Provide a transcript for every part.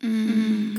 Contenido, Mm,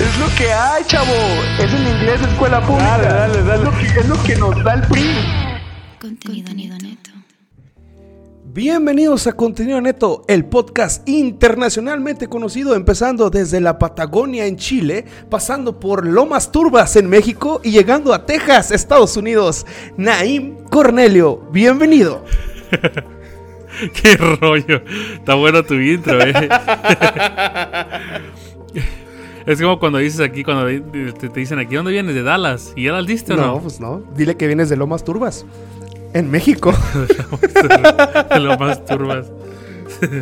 Es lo que hay, chavo. Es en inglés escuela pública. Dale, dale, dale. Es lo que, es lo que nos da el PRI. Contenido, neto. Bienvenidos a Contenido Neto, el podcast internacionalmente conocido, empezando desde la Patagonia en Chile, pasando por Lomas Turbas en México y llegando a Texas, Estados Unidos. Naim Cornelio, bienvenido. Qué rollo. Está bueno tu intro, eh. es como cuando dices aquí, cuando te, te dicen aquí, ¿dónde vienes? ¿De Dallas? ¿Y ya las diste o no? pues no. Dile que vienes de Lomas Turbas, en México. Lo más turbas.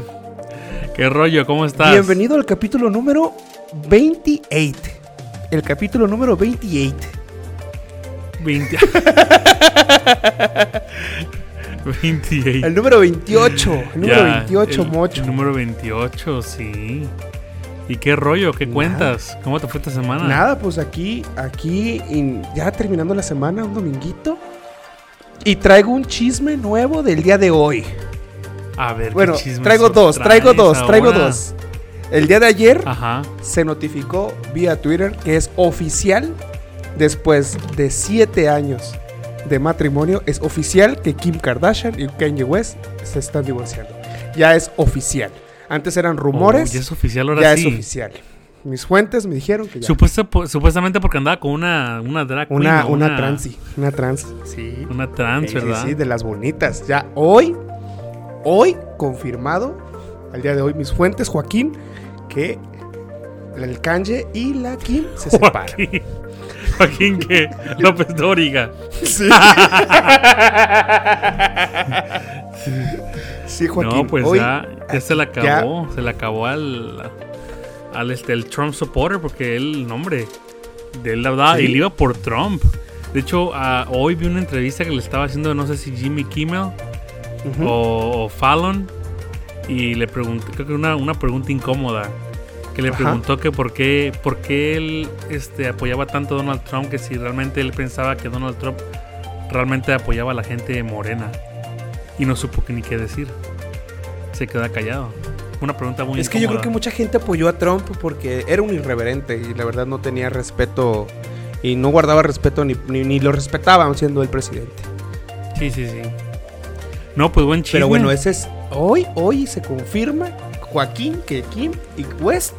Qué rollo, ¿cómo estás? Bienvenido al capítulo número 28. El capítulo número 28. 20. 28. El número 28. El número Ya, 28, el- mocho. el número 28, sí. ¿Y qué rollo? ¿Qué Nada. cuentas? ¿Cómo te fue esta semana? Nada, pues aquí, aquí, in- ya terminando la semana, un dominguito. Y traigo un chisme nuevo del día de hoy. A ver, ¿qué Bueno, chismes traigo dos, traes traigo dos, traigo ahora? Ah. dos. El día de ayer Ajá. se notificó vía Twitter que es oficial, después de siete años de matrimonio, es oficial que Kim Kardashian y Kanye West se están divorciando. Ya es oficial. Antes eran rumores, Oh, ya es oficial ahora ya sí. es oficial. Mis fuentes me dijeron que ya. Supuesta- po- supuestamente porque andaba con una, una drag queen, Una, ¿no? una, transi, una trans. Sí. Una trans, Sí, ¿verdad? sí, de las bonitas. Ya hoy, hoy confirmado, al día de hoy, mis fuentes, Joaquín, que el Kanye y la Kim se separan. Joaquín, Joaquín que López Dóriga. Sí. sí, Joaquín. no, pues hoy, ya, ya se la ya- acabó. Se la acabó al, al este, el Trump supporter porque él, nombre, de él la verdad, Sí. él iba por Trump. De hecho, ah, hoy vi una entrevista que le estaba haciendo, no sé si Jimmy Kimmel Ujú. o, o Fallon y le pregunté, creo que una, una pregunta incómoda, que le Ajá. preguntó que por qué, por qué él este, apoyaba tanto a Donald Trump, que si realmente él pensaba que Donald Trump realmente apoyaba a la gente morena y no supo que ni qué decir. Se queda callado. Una pregunta muy Es que yo creo incómoda. que mucha gente apoyó a Trump porque era un irreverente y la verdad no tenía respeto y no guardaba respeto ni, ni, ni lo respetaban siendo el presidente. Sí, sí, sí. No, pues buen chisme. Pero bueno, ese es hoy, hoy se confirma Joaquín que Kim y West,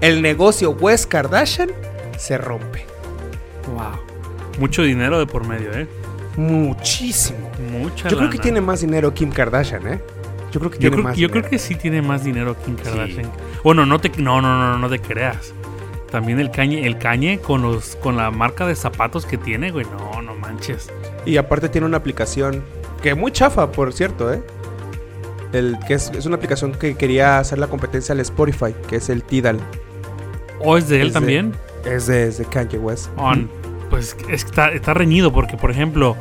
el negocio West Kardashian se rompe. Mucho dinero de por medio, ¿eh? Muchísimo. Mucha Yo creo que lana. tiene más dinero Kim Kardashian, ¿eh? Yo creo que Yo tiene creo, más yo dinero. creo que sí tiene más dinero Kim Kardashian. Bueno, no te no, no, no, no te creas. También el cañe, el cañe con los con la marca de zapatos que tiene, güey. No, no manches. Y aparte tiene una aplicación que muy chafa, por cierto, ¿eh? El, que es, es una aplicación que quería hacer la competencia al Spotify, que es el Tidal. ¿O es de él Es de- también? Es de, es de Kanye West. On. Pues es que está, está reñido porque, por ejemplo,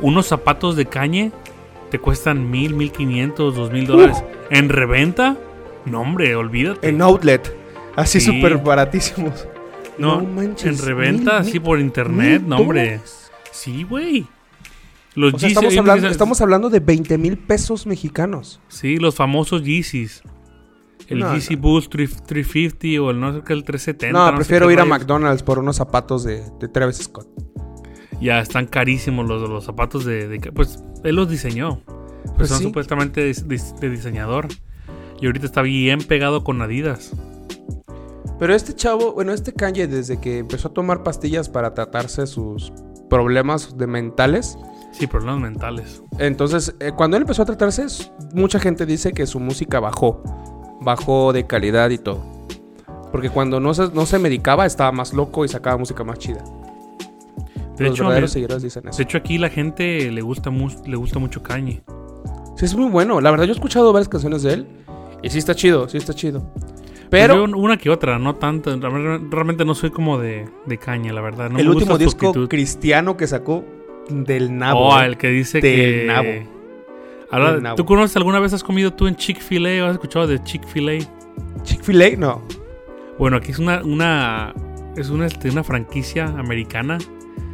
unos zapatos de cañe te cuestan mil, mil quinientos, dos mil dólares. En reventa, no hombre, olvídate. En Outlet. Así Sí. súper baratísimos. No, en reventa, Eh, mil, así mil- por internet, mil no hombre. dólares. Sí, güey. Los O sea, Yeezy- estamos, oye, hablando, ¿sabes? estamos hablando de 20 mil pesos mexicanos. Sí, los famosos Yeezys. El No, Yeezy Boost 3- 350 o el no sé qué, el 370. no, sé prefiero qué ir a rayos. McDonald's por unos zapatos de, de Travis Scott. Ya están carísimos los, los zapatos de, de- Pues él los diseñó. Pues, Pues son sí. supuestamente de, de- de diseñador. Y ahorita está bien pegado con Adidas. Pero este chavo, bueno, este Kanye, desde que empezó a tomar pastillas para tratarse sus problemas de mentales, Sí, problemas mentales. Entonces, eh, cuando él empezó a tratarse, s- mucha gente dice que su música bajó. Bajó de calidad y todo. Porque cuando no se, no se medicaba, estaba más loco y sacaba música más chida. De Los hecho, verdaderos me- seguidores dicen eso. de hecho, aquí la gente le gusta, mu- le gusta mucho Kanye. Sí, es muy bueno. La verdad, yo he escuchado varias canciones de él. Y sí está chido, sí está chido. Pero Pero una que otra, no tanto. Re- Realmente no soy como de, de caña, la verdad. No el me último gusta su disco actitud. cristiano que sacó del nabo. Oh, ¿eh? el que dice Del que. nabo. Ahora, Del nabo. ¿tú conoces alguna vez has comido tú en Chick-fil-A o has escuchado de Chick-fil-A? Chick-fil-A, no. Bueno, aquí es una, una es una, este, una franquicia americana.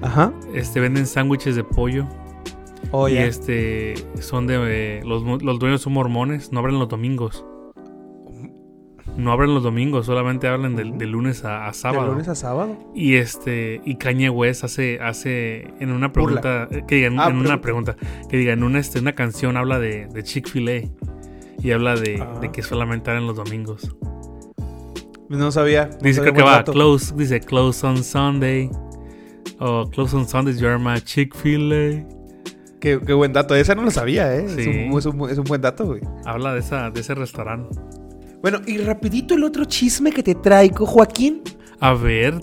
Ajá. Oh, Este venden sándwiches de pollo y Oye. este son de eh, los, mo- los dueños son mormones, no abren los domingos. Mm. No abren los domingos, solamente abren de, de lunes a, a de sábado. lunes a sábado. Y este y Kanye West hace hace en una pregunta eh, que diga, en, Ah, en una pregunta que diga en una este, una canción habla de, de Chick-fil-A y habla de, Ah. de que solamente abren los domingos. Pues No sabía. no Dice sabía, creo que buen va dato. close, dice close on Sunday. O close on Sundays you're my Chick-fil-A. Qué, qué buen dato. Esa no lo sabía, ¿eh? Es, Sí. un, es un- es un buen dato, güey. Habla de esa de ese restaurante. Bueno, y rapidito el otro chisme que te traigo, Joaquín. A ver,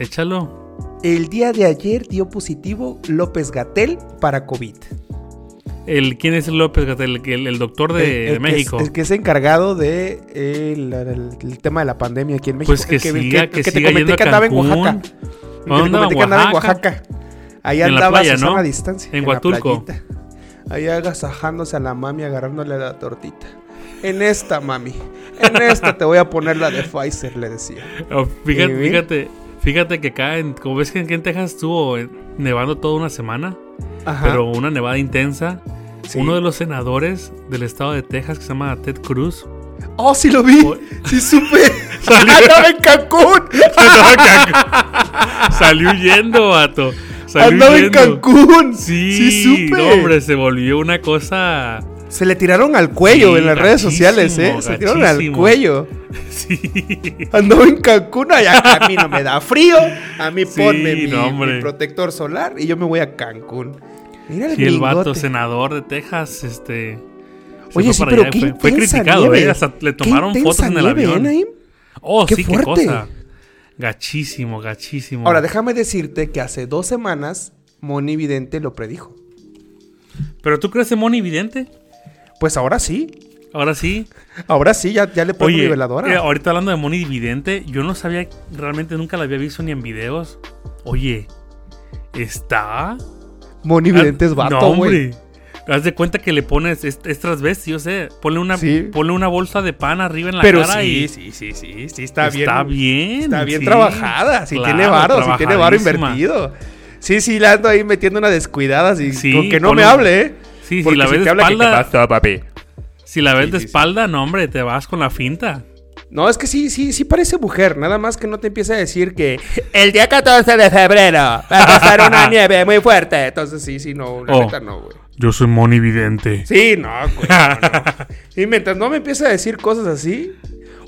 échalo. El día de ayer dio positivo López Gatel para COVID. El quién es López Gatel, el, el doctor de, El- el de que México. Eh, es- el que es encargado de eh, la- la- el, tema de la pandemia aquí en México. Pues que El el siga, el que siga yendo a andaba en Cancún. Oaxaca. El que ¿Dónde te andaba? comenté que andaba en Oaxaca. Oaxaca. Ahí En la andaba playa, a Susana ¿no? distancia. En la Huatulco. playita. Ahí agasajándose a la mami, agarrándole la tortita. En esta, mami. En esta te voy a poner la de Pfizer, le decía. Oh, Y fíjate, bien. fíjate, fíjate que acá, en- como ves que aquí en Texas estuvo eh, nevando toda una semana, Ajá. pero una nevada intensa. Sí. Uno de los senadores del estado de Texas que se llama Ted Cruz. ¡Oh, sí lo vi! Por- ¡Sí supe! Salió. ¡Andaba en Cancún! Salió huyendo, vato. Salió ¡Andaba en huyendo. Cancún! Sí, ¡Sí supe! no, hombre, se volvió una cosa. Se le tiraron al cuello Sí, en las redes sociales, ¿eh? gachísimo, Se tiraron al gachísimo. cuello. Sí, Andaba en Cancún, allá a mí no me da frío. A mí Sí, ponme mi, no, hombre. mi protector solar y yo me voy a Cancún. Mira el, sí, el vato gringote. senador de Texas, este. se Oye, fue sí, para pero allá qué y fue, fue intensa criticado, nieve. ¿eh? Hasta le Qué tomaron fotos intensa en el nieve, ¿eh, avión. Naim? Oh, Qué sí, fuerte. qué cosa. Gachísimo, gachísimo. Ahora, déjame decirte que hace dos semanas Moni Vidente lo predijo. ¿Pero tú crees en Moni Vidente? Pues ahora sí. Ahora sí. Ahora sí, ya, ya le pongo mi Oye, veladora. eh, ahorita hablando de Moni Vidente, yo no sabía, realmente nunca la había visto ni en videos. Oye, está. ah, Moni Vidente es vato, güey. Haz de cuenta que le pones, es, es transvesti, yo sé. Ponle una, Sí. ponle una bolsa de pan arriba en la Pero cara sí, y. sí, sí, sí, sí, está bien. Está bien. Está bien sí. trabajada, si Claro, tiene varo, si tiene varo trabajadísima. invertido. Sí, sí, la ando ahí metiendo una descuidada, así, Sí, con que no ponle- me hable, ¿eh? Sí, si Porque la si ves te de habla, ¿qué te espalda, papi. si la ves Sí, de sí, sí. espalda, no, hombre, te vas con la finta. No, es que sí, sí, sí parece mujer, nada más que no te empiece a decir que El día 14 de febrero va a pasar una nieve muy fuerte. entonces sí, sí, no, la Oh. neta no, güey. Yo soy Moni Vidente. Sí, no, güey, no, no. Y mientras no me empiece a decir cosas así,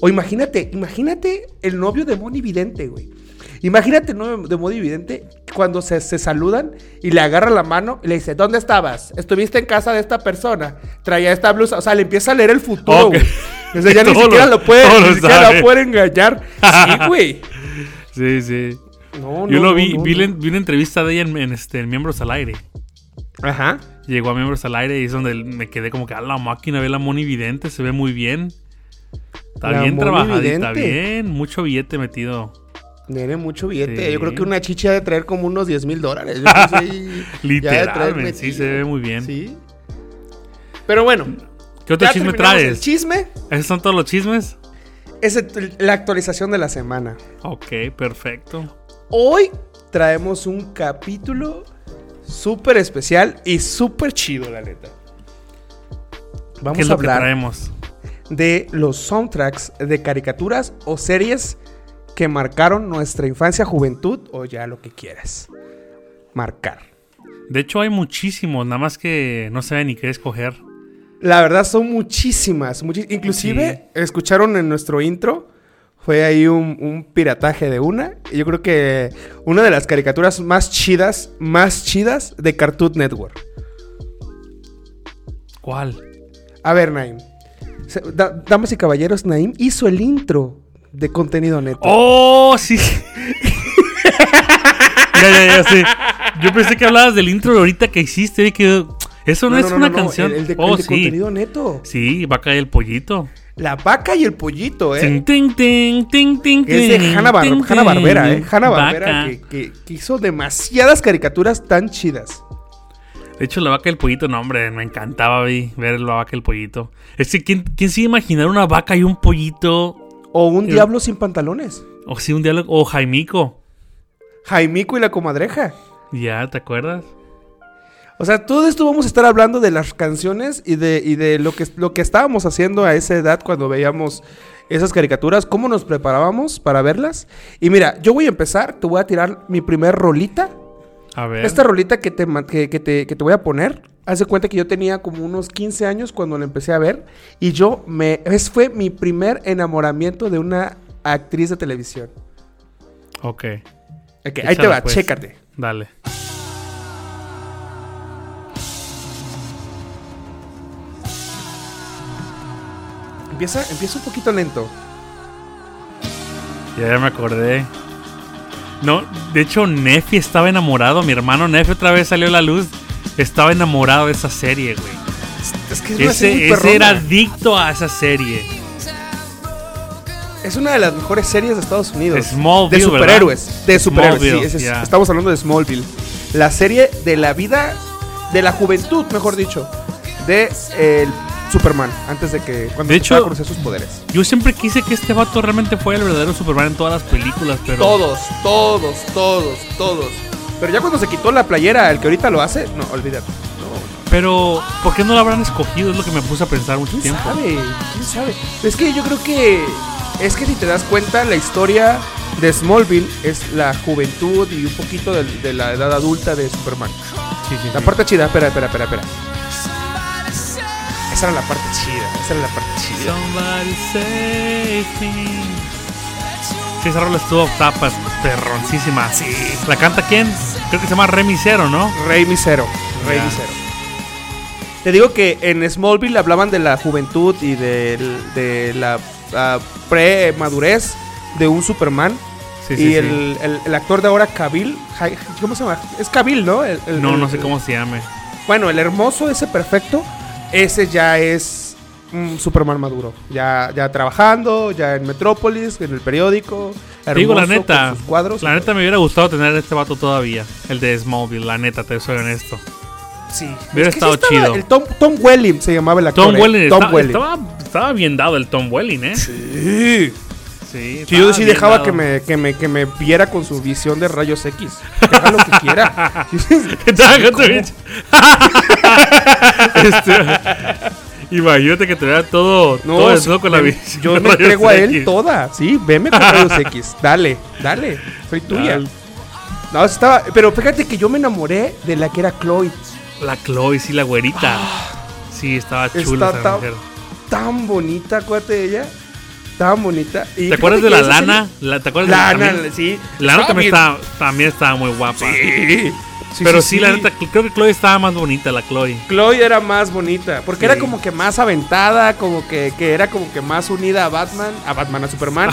o imagínate, imagínate el novio de Moni Vidente, güey. Imagínate el novio de Moni Vidente cuando se, se saludan y le agarra la mano y le dice, ¿dónde estabas? Estuviste en casa de esta persona, traía esta blusa, o sea, le empieza a leer el futuro, Ok. güey. O sea, ya ni Todo siquiera lo- lo puede, todo ni lo siquiera sabe. la puede engañar. Sí, güey. Sí, sí. No, Yo no, lo no, vi, no, vi, no. la- vi una entrevista de ella en, en, este, en Miembros al Aire. Ajá. Llegó a Miembros al Aire y es donde me quedé como que a la máquina, ve la Moni Vidente, se ve muy bien. Está La bien Moni trabajada, está Vidente. bien, mucho billete metido. Tiene mucho billete. Sí. Yo creo que una chicha de traer como unos 10 mil dólares. Yo creo que sí, ya de traer Literalmente, sí, metido. se ve muy bien. Sí. Pero bueno, ¿Qué otro ya chisme terminamos traes? El chisme ¿Esos son todos los chismes? es el- la actualización de la semana. Ok, perfecto. Hoy traemos un capítulo súper especial y súper chido, la neta. ¿Qué es Vamos a lo que hablar traemos? de los soundtracks de caricaturas o series que marcaron nuestra infancia, juventud o ya lo que quieras. Marcar. De hecho, hay muchísimos, nada más que no sabe ni qué escoger. La verdad son muchísimas. muchi- Inclusive, escucharon en nuestro intro, fue ahí un, un pirataje de una. y Yo creo que una de las caricaturas más chidas, más chidas de Cartoon Network. ¿Cuál? A ver, Naim. Se- da- damas y caballeros, Naim hizo el intro de contenido neto. ¡Oh, sí! ya, ya, ya, sí. Yo pensé que hablabas del intro de ahorita que hiciste y que... Eso no, es una canción. El, el de, oh, el de sí. contenido neto. Sí, va a caer el pollito. La vaca y el pollito, ¿eh? Ting, ting, ting, ting, ting, Es de ting, Hanna, Bar- ting, Hanna Barbera, ting. ¿eh? Hanna Barbera Vaca. que, que- que hizo demasiadas caricaturas tan chidas. De hecho, la vaca y el pollito, no, hombre, me encantaba vi, ver la vaca y el pollito. Es que, ¿quién, quién se iba a imaginar una vaca y un pollito? O un Sí. diablo sin pantalones. O sí, un diálogo. O Jaimico. Jaimico y la comadreja. Ya, ¿te acuerdas? O sea, todo esto vamos a estar hablando de las canciones y de, y de lo, que, lo que estábamos haciendo a esa edad cuando veíamos esas caricaturas, cómo nos preparábamos para verlas. Y mira, yo voy a empezar, te voy a tirar mi primer rolita. A ver. Esta rolita que te, ma- que, que te, que te voy a poner, hace cuenta que yo tenía como unos 15 años cuando la empecé a ver y yo me... Ese fue mi primer enamoramiento de una actriz de televisión. Ok. Ok, ahí te Échala, va, pues. chécate. Dale. Empieza, empieza un poquito lento. Ya, ya me acordé. No, de hecho, Nefi estaba enamorado. Mi hermano Nefi otra vez salió a la luz. Estaba enamorado de esa serie, güey. Es que es una serie Ese, muy ese era perrona. adicto a esa serie. Es una de las mejores series de Estados Unidos. Smallville, De superhéroes. De superhéroes. sí, Smallville, ese es- ya. Estamos hablando de Smallville. La serie de la vida, de la juventud, mejor dicho, de eh, el Superman. Antes de que. Cuando De empezaba hecho- a conocer sus poderes. Yo siempre quise que este vato realmente fuera el verdadero Superman en todas las películas, pero. Todos, todos, todos, todos. Pero ya cuando se quitó la playera, el que ahorita lo hace, no, olvídate. No, Pero, ¿por qué no lo habrán escogido? Es lo que me puse a pensar mucho ¿Quién tiempo. sabe? ¿Quién sabe? Es que yo creo que. Es que si te das cuenta, la historia de Smallville es la juventud y un poquito del- de, la edad adulta de Superman. Sí, sí, La sí. parte chida, espera, espera, espera, espera. Esa era la parte chida, esa era la parte chida. Somebody save me. Sí, esa rola estuvo tapa, perroncísima. Sí. ¿La canta quién? Creo que se llama Remisero, ¿no? Rey Misero, Rey Ya. Misero. Te digo que en Smallville hablaban de la juventud y del- de, la ah, pre-madurez de un Superman. Sí, y sí, sí. el, el- el actor de ahora, Kabil, Jai- ¿cómo se llama? Es Kabil, ¿no? El- el- No, el- no sé cómo se llame. Bueno, el hermoso, ese perfecto, ese ya es un Superman maduro. Ya, ya trabajando, ya en Metrópolis, en el periódico. Te digo la hermoso, neta. con sus cuadros. la neta me hubiera gustado tener este vato todavía. El de Smallville, la neta, te soy honesto. sí. hubiera Es que sí estado estaba- chido. El Tom, Tom Welling se llamaba el actor. Tom eh. Welling, Tom está- Welling. Estaba, estaba bien dado el Tom Welling, ¿eh? Sí. Sí. Sí, estaba yo sí bien dejaba dado. que me, que, me, que me viera con su visión de rayos X. Que haga lo que quiera. Estaba con tu bicho. Este, Imagínate que te vea todo, No, todo sí, desnudo con la me- bici. Yo me Rayos entrego a él X. toda. Sí, veme con rayos X. Dale, dale. Soy tuya. No, estaba. Pero fíjate que yo me enamoré de la que era Chloe. La Chloe, sí, la güerita. Sí, estaba chula Ah. Está esa tan- mujer. Tan bonita, acuérdate de ella. Tan bonita. Y ¿Te fíjate acuerdas que de la esa lana? La- ¿Te acuerdas serie- Lana, de también- sí. Lana también bien- estaba, también estaba muy guapa. Sí. Pero sí, la neta, creo que Chloe estaba más bonita, la Chloe. Chloe era más bonita, porque era Sí. como que más aventada, como que, que era como que más unida a Batman, a Batman, a Superman.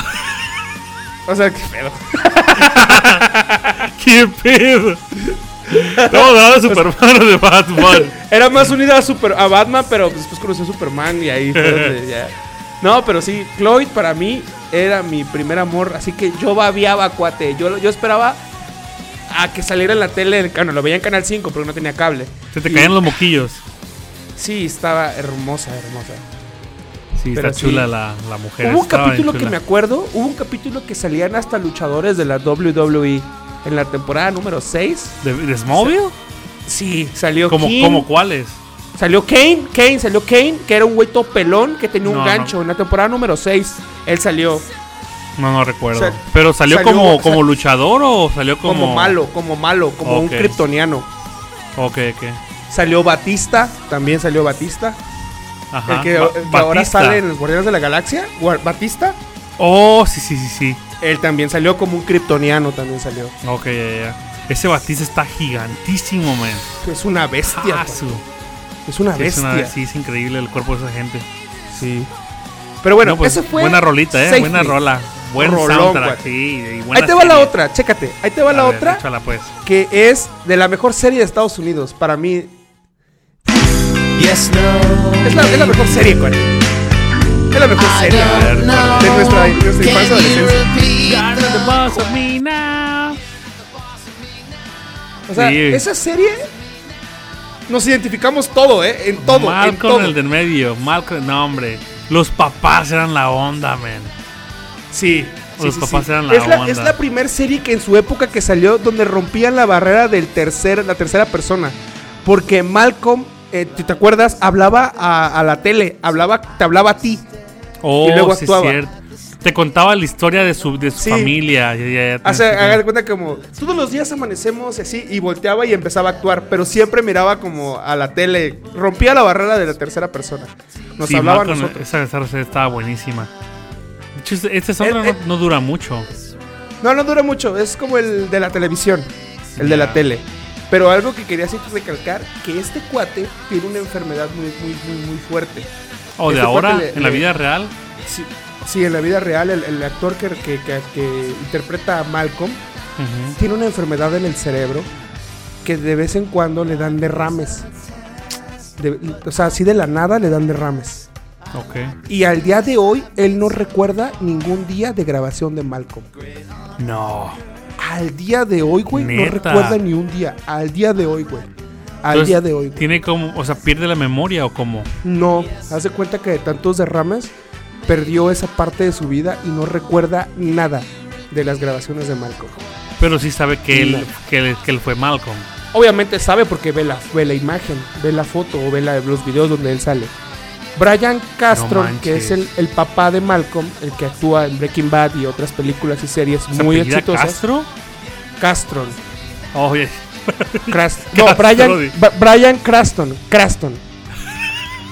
o sea, qué pedo. Ah, ¡Qué pedo! Estamos hablando de Superman o de Batman. Era más unida a, super, a Batman, pero después conoció a Superman y ahí fue donde ya. No, pero sí, Chloe para mí era mi primer amor, así que yo babiaba cuate. Yo, yo esperaba a que saliera en la tele, bueno, lo veía en Canal 5 porque no tenía cable. Se te Y- caían los moquillos. Sí, estaba hermosa, hermosa. Sí, Pero está sí. chula la, la mujer. hubo un estaba bien capítulo que chula. me acuerdo, hubo un capítulo que salían hasta luchadores de la WWE en la temporada número 6. ¿De, de Smallville? Sí, salió ¿Como, King, como cuáles? Salió Kane, Kane, salió Kane, que era un güey todo pelón que tenía No, no. un gancho. En la temporada número 6, él salió No, no recuerdo. Sal- ¿Pero salió, salió- como, sal- como luchador o salió como...? como, malo, como malo, como Ok. un kryptoniano. Ok, ok. Salió Batista, también salió Batista. Ajá. el que, Ba- el que ahora Batista. sale en los Guardianes de la Galaxia, Gua- Batista. Oh, sí, sí, sí, sí. Él también salió como un kryptoniano, también salió. Ok, ya, ya, ya. Ese Batista está gigantísimo, man. Es una bestia. Ah, su- cuate. Es una sí, es una- bestia. sí, es increíble el cuerpo de esa gente. Sí. Pero bueno, No, pues, ese fue. Buena rolita, ¿eh? Save buena Me. rola. Buen Rolón, soundtrack, güey. sí. y buena Ahí te va la serie. otra, chécate. Ahí te va A la ver, otra échala, pues. que es de la mejor serie de Estados Unidos. Para mí. Es la, es la mejor serie, Juan. Es la mejor serie de nuestra, de nuestra infancia y adolescencia. Got the boss of me now. O sea, Sí. esa serie nos identificamos todo, ¿eh? En todo, en Mal todo. con el del medio. Mal con. No, hombre. Los papás eran la onda, man. Sí. Los papás eran la es la, onda. es la primer serie que en su época que salió donde rompían la barrera del tercer, la tercera persona. Porque Malcolm, eh, ¿te te acuerdas? Hablaba a, a la tele, hablaba, te hablaba a ti. Oh, Y luego sí, actuaba. cierto. Te contaba la historia de su, de su Sí. familia. Ya, ya, ya. O sea, haga de cuenta como todos los días amanecemos y así y volteaba y empezaba a actuar, pero siempre miraba como a la tele, rompía la barrera de la tercera persona. Nos Sí, hablaba a Malcolm, nosotros. Esa, esa receta estaba buenísima. De hecho, este- este sombra Eh, eh. no, no dura mucho. No, no dura mucho, es como el de la televisión, el de la Ya. tele. Pero algo que quería sí recalcar, que este cuate tiene una enfermedad muy, muy, muy, muy fuerte. O Oh, de Este cuate ahora, le- en la le- vida real. Sí, sí, en la vida real, el, el actor que, que- que- que interpreta a Malcolm Ujú. tiene una enfermedad en el cerebro que de vez en cuando le dan derrames. De- o sea, así de la nada le dan derrames. Ok. Y al día de hoy, él no recuerda ningún día de grabación de Malcolm. No. Al día de hoy, güey, no Neta. recuerda ni un día. Al día de hoy, güey. Al Entonces, día de hoy, güey. Tiene como. O sea, pierde la memoria o como. No, hace cuenta que de tantos derrames perdió esa parte de su vida y no recuerda nada de las grabaciones de Malcolm. Pero sí sabe que él, No. que él, que él fue Malcolm. Obviamente sabe porque ve la, ve la imagen, ve la foto o ve la- los videos donde él sale. Brian Castro, No que es el, manches. el papá de Malcolm, el que actúa en Breaking Bad y otras películas y series ¿Se muy apellida exitosas. Castro? Castron. Oye. Cras- no, Castro, Brian, di. Ba- Brian Craston. Craston.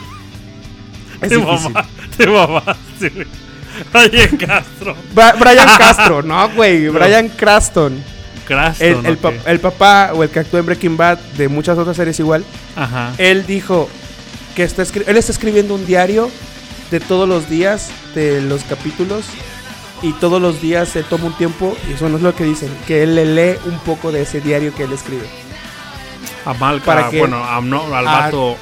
Es te difícil. mamá, te mamaste, güey. Oye, Castro. Bra- Brian Castro, no, güey. Brian Craston. Castro. El, el ok. pap- el papá o el que actuó en Breaking Bad de muchas otras series igual. Ajá. Él dijo que está escri- él está escribiendo un diario de todos los días de los capítulos. Y todos los días se toma un tiempo, y eso no es lo que dicen, que él le lee un poco de ese diario que él escribe. A Malcolm. ¿para qué? bueno, a- no, al Ah. vato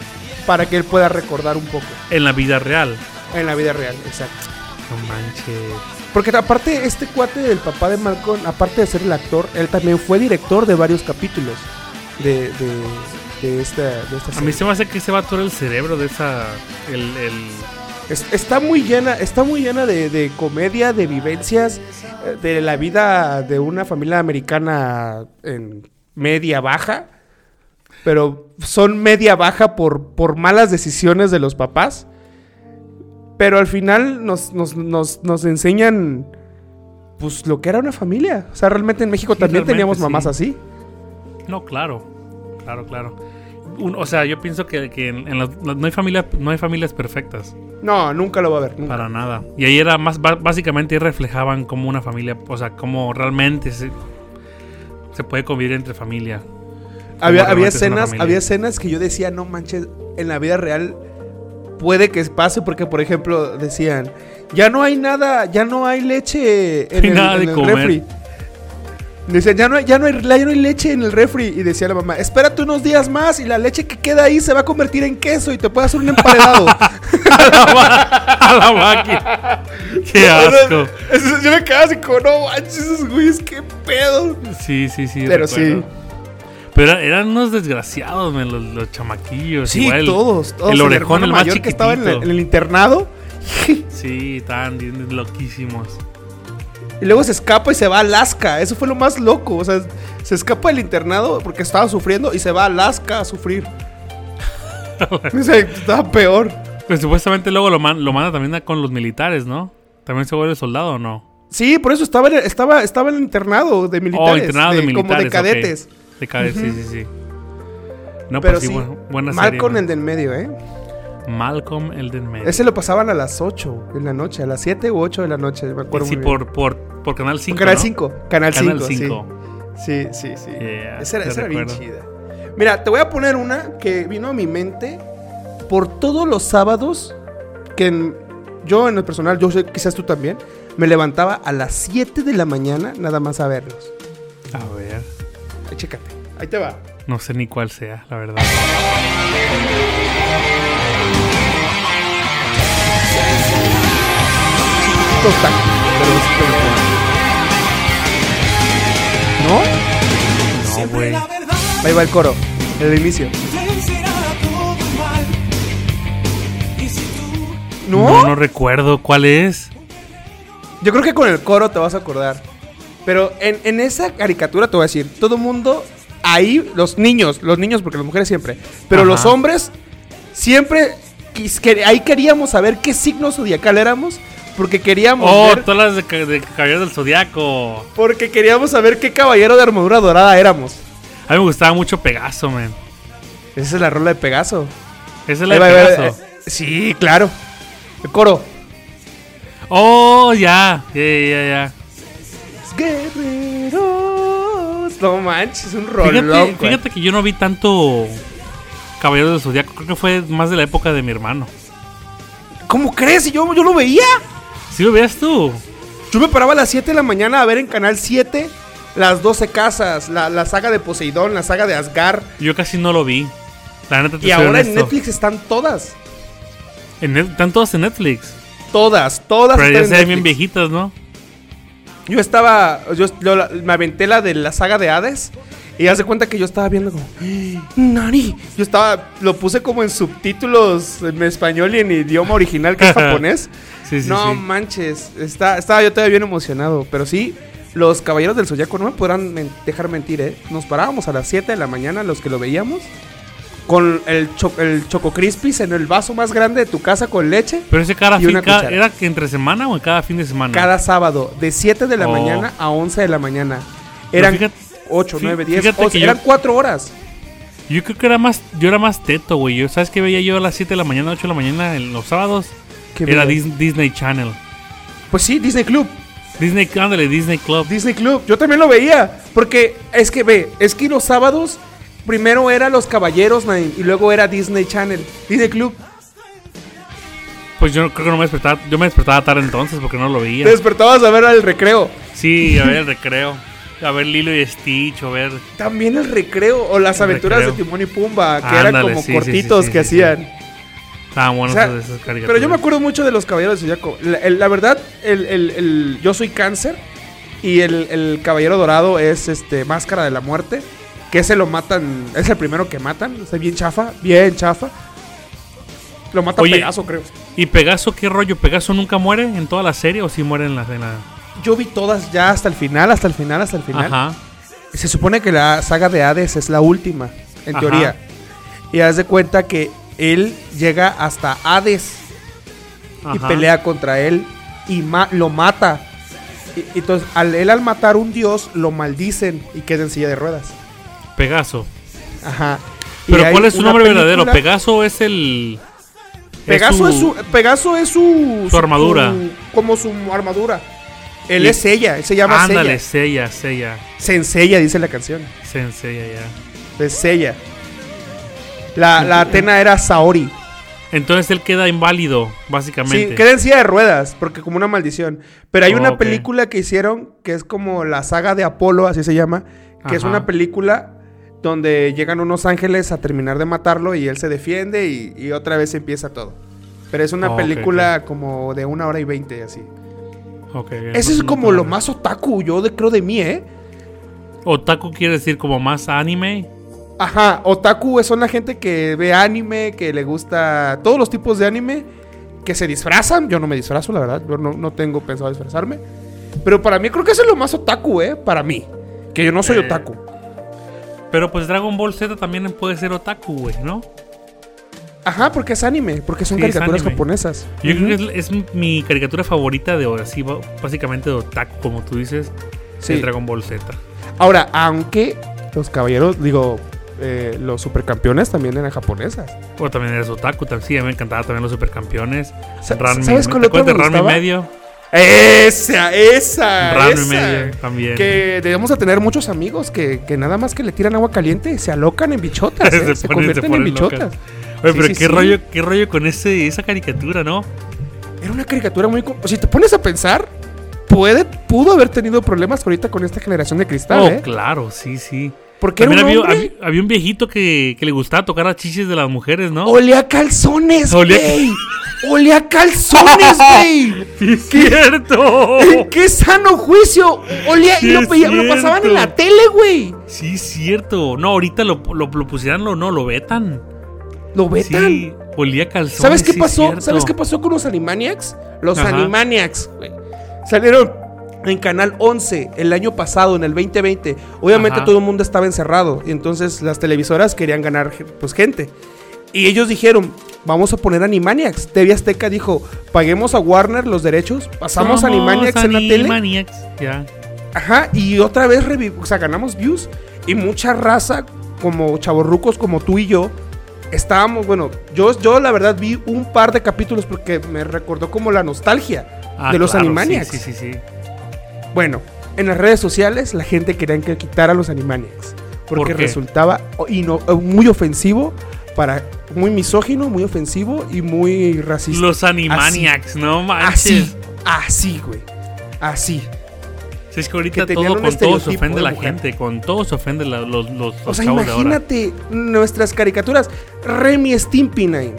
Para que él pueda recordar un poco en la vida real. en la vida real, exacto. No manches. Porque aparte, este cuate del papá de Malcolm, aparte de ser el actor, él también fue director de varios capítulos de, de, de esta, de esta A mí serie. se me hace que ese vato era el cerebro de esa. El, el- Es- está muy llena, está muy llena de, de comedia, de vivencias, eh, de la vida de una familia americana en media baja. Pero son media baja por, por malas decisiones de los papás. Pero al final nos, nos, nos, nos enseñan pues lo que era una familia. O sea, realmente en México Sí, también realmente teníamos mamás sí. así. No, claro. Claro, claro. Un- o sea, yo pienso que, que en, en las- no, hay familia, no hay familias perfectas. No, nunca lo va a ver. nunca. Para nada. Y ahí era más. ba- Básicamente ahí reflejaban como una familia. O sea, cómo realmente se, se puede convivir entre familia. Había, Como realmente había es una escenas, familia. había escenas que yo decía, no manches, en la vida real puede que pase, porque por ejemplo decían, ya no hay nada, ya no hay leche en hay el, nada en de el comer. refri. Decían, ya no, hay, ya, no hay, ya no hay leche en el refri. Y decía la mamá, espérate unos días más y la leche que queda ahí se va a convertir en queso y te puede hacer un emparedado. a la máquina. Qué asco. Eso- yo me quedaba así como, no manches, esos güeyes, qué pedo. Sí, sí, sí. Pero recuerdo. Pero era- eran unos desgraciados, men, los, los chamaquillos. Sí, Pues igual. todos, todos. El orejón, hermano el más mayor que estaba en, la- en chiquitito. el internado. Sí, estaban bien loquísimos. Y luego se escapa y se va a Alaska. Eso fue lo más loco. O sea, se escapa del internado porque estaba sufriendo y se va a Alaska a sufrir. o sea, estaba peor. Pero Pues supuestamente luego lo, man- lo manda también a- con los militares, ¿no? ¿También se vuelve soldado o no? Sí, por eso estaba, en el- estaba, estaba en el internado de militares. oh, internado de, militares. Como de ok. cadetes. De cadetes, sí, sí, sí. No, pero Pero pues sí, sí, bu- buena serie, Malcolm man. el del medio, ¿eh? Malcolm el del medio. Ese lo pasaban a las 8 de la noche, a las 7 u 8 de la noche, me acuerdo sí, muy bien. por, por, por Canal 5. Canal ¿no? 5, Canal 5, Canal 5. Sí, sí, sí. Yeah, esa era, te esa era bien recuerdo. chida. Mira, te voy a poner una que vino a mi mente por todos los sábados que en- yo en el personal, yo sé, quizás tú también, me levantaba a las 7 de la mañana nada más a verlos. A ver. Ahí, Chécate, ahí te va. No sé ni cuál sea, la verdad. putos tacos. Pero es como- ¿No? No, güey. Ahí va el coro, el inicio. ¿No? No, no recuerdo cuál es. Yo creo que con el coro te vas a acordar. Pero en, en esa caricatura te voy a decir, todo mundo ahí, los niños, los niños, porque las mujeres siempre, pero Ajá. los hombres siempre, quis- que, ahí queríamos saber qué signo zodiacal éramos, porque queríamos Oh, ver- todas las de, ca- de Caballeros del Zodiaco. porque queríamos saber qué caballero de armadura dorada éramos. A mí me gustaba mucho Pegaso, man. Esa es la rola de Pegaso. Esa es la Ahí de va, ahí va, ahí va. Pegaso. Sí, claro. El coro. Oh, ya. Ya, ya, ya. Guerreros. No manches, es un rolón. Fíjate, güey. fíjate que yo no vi tanto Caballeros del Zodiaco. Creo que fue más de la época de mi hermano. ¿Cómo crees? Y Yo, yo lo veía. ¿Sí lo veías tú? Yo me paraba a las 7 de la mañana a ver en Canal 7 las 12 casas, la, la saga de Poseidón, la saga de Asgard. Yo casi no lo vi. La neta te soy Y ahora en honesto. Netflix están todas. En Net- están todas en Netflix. Todas, todas. Pero ya se están en ven bien Netflix. viejitas, ¿no? Yo estaba, yo, yo la- me aventé la de la saga de Hades y hace cuenta que yo estaba viendo como "¡Ah, Nani. Yo estaba, lo puse como en subtítulos en español y en idioma original que es japonés. Sí, sí, no sí. manches, está, estaba yo todavía bien emocionado, pero sí. Los caballeros del zodiaco no me podrán men- dejar mentir, ¿eh? Nos parábamos a las 7 de la mañana, los que lo veíamos, con el, cho- el Choco Crispis en el vaso más grande de tu casa con leche. Pero ese cada Y fin, una cada- cuchara. ¿era entre semana o cada fin de semana? cada sábado, de 7 de la Mm. Oh. mañana a 11 de la mañana. Eran fíjate- 8, fí- 9, 10, fíjate que yo- eran 4 horas. Yo creo que era más, yo era más teto, güey. Yo, ¿Sabes qué veía yo a las 7 de la mañana, 8 de la mañana, en los sábados? ¿Qué Era veías? Dis- Disney Channel. Pues sí, Disney Club. Disney, ándale, Disney Club. Disney Club, yo también lo veía. Porque es que ve, es que los sábados primero era Los Caballeros Naim, y luego era Disney Channel, Disney Club. Pues yo creo que no me despertaba, yo me despertaba tarde entonces porque no lo veía. Te despertabas a ver al recreo. Sí, a ver el recreo. A ver Lilo y Stitch, a ver. También el recreo o las El aventuras de recreo. Timón y Pumba, que eran Ándale, como sí, sí, cortitos sí, sí, que sí, sí. hacían. Estaban buenas O sea, esas caricaturas. Pero yo me acuerdo mucho de los caballeros de Zodiaco. La, el- la verdad, el, el- el- yo soy cáncer y el, el caballero dorado es este Máscara de la Muerte. Que ese lo matan, es el primero que matan. Está bien chafa, bien chafa. Lo mata Oye. Pegaso, creo. ¿Y Pegaso qué rollo? ¿Pegaso nunca muere en toda la serie o sí muere en la. En la... Yo vi todas ya hasta el final, hasta el final, hasta el final. Ajá. Se supone que la saga de Hades es la última, en Ajá. teoría. Y haz de cuenta que él llega hasta Hades. y ajá. pelea contra él y ma- lo mata. Y, y entonces, al él al matar un dios, lo maldicen y queda en silla de ruedas. Pegaso. Ajá. Y Pero hay ¿cuál es su una nombre verdadero? película- Pegaso es el. Pegaso es su, Pegaso es su, su armadura. su- como su armadura. Él Y- es ella, él se llama Ándale, Sella. Sella, Sella. Sencella, dice la canción. Sensei, ya. Es Sella. La, la Atena era Saori. Entonces él queda inválido, básicamente. Sí, queda en silla de ruedas, porque como una maldición. Pero hay Oh, una ok. película que hicieron que es como la saga de Apolo, así se llama, que es Ajá. una película donde llegan unos ángeles a terminar de matarlo y él se defiende y, y otra vez empieza todo. Pero es una Oh, ok, película como de una hora y veinte, así. Ok, Ese no- es no como tengo lo idea. más otaku, yo de- creo de mí, ¿eh? Otaku quiere decir como más anime. Ajá, otaku son la gente que ve anime, que le gusta todos los tipos de anime, que se disfrazan. Yo no me disfrazo, la verdad. Yo no, no tengo pensado disfrazarme. Pero para mí creo que eso es lo más otaku, ¿eh? Para mí. Que yo no soy Eh. otaku. Pero pues Dragon Ball Z también puede ser otaku, güey, ¿no? Ajá, porque es anime, porque son Sí, es caricaturas anime. japonesas. Yo Ujú. creo que es, es mi caricatura favorita de ahora, sí, ba- básicamente de otaku, como tú dices, Sí. el Dragon Ball Z. Ahora, aunque los caballeros, digo, eh, los supercampeones también eran japonesas. O también eres otaku, tam- sí, a mí me encantaba también los supercampeones. Sa- Ranma- ¿sabes cuál ¿Te otro acuerdas de me Ranma y gustaba? medio? Esa, esa. Raro y esa. medio, también. Que debemos de tener muchos amigos que, que nada más que le tiran agua caliente se alocan en bichotas. ¿eh? se, ponen- convierten en ponen bichotas. locas. Oye, Sí, pero qué sí, sí. rollo, qué rollo con ese, esa caricatura, ¿no? Era una caricatura muy. co- Si te pones a pensar, puede, pudo haber tenido problemas ahorita con esta generación de cristal, Oh, ¿eh? claro, sí, sí. Porque era un También había, hombre. había- había un viejito que, que le gustaba tocar las chichis de las mujeres, ¿no? Olía a calzones, Olía- güey. Olía calzones, güey. ¡Sí, es cierto! ¿En qué sano juicio? Olía Sí, y lo, es veía- lo cierto. pasaban en la tele, güey. Sí, es cierto. No, ahorita lo, lo, lo pusieran, lo, no, lo vetan. Lo vetan. Sí, olía calzón. ¿Sabes qué pasó? ¿Sabes qué pasó con los Animaniacs? Los Ajá. Animaniacs, güey. Salieron en Canal 11 el año pasado, en el 2020. Obviamente Ajá. todo el mundo estaba encerrado. Y entonces las televisoras querían ganar pues gente. Y ellos dijeron, vamos a poner Animaniacs. TV Azteca dijo, paguemos a Warner los derechos, pasamos Animaniacs en la tele. Animaniacs, ya. Ajá, y otra vez revi- o sea, ganamos views. Y mucha raza, como chavorrucos como tú y yo, estábamos, bueno, yo, yo la verdad vi un par de capítulos porque me recordó como la nostalgia Ah, de los claro, Animaniacs. Sí, sí, sí. sí. Bueno, en las redes sociales la gente quería que quitara los Animaniacs porque ¿Por qué? resultaba o- ino- o muy ofensivo para muy misógino, muy ofensivo y muy racista. Los Animaniacs, no así, manches. así, güey. Así. Sí, es que ahorita que tenían todo, un con todo se estereotipo ofende de la mujer. gente, con todo se ofende la- los, los, O los sea, chavos de ahora. imagínate nuestras caricaturas. Remy Stimpinine.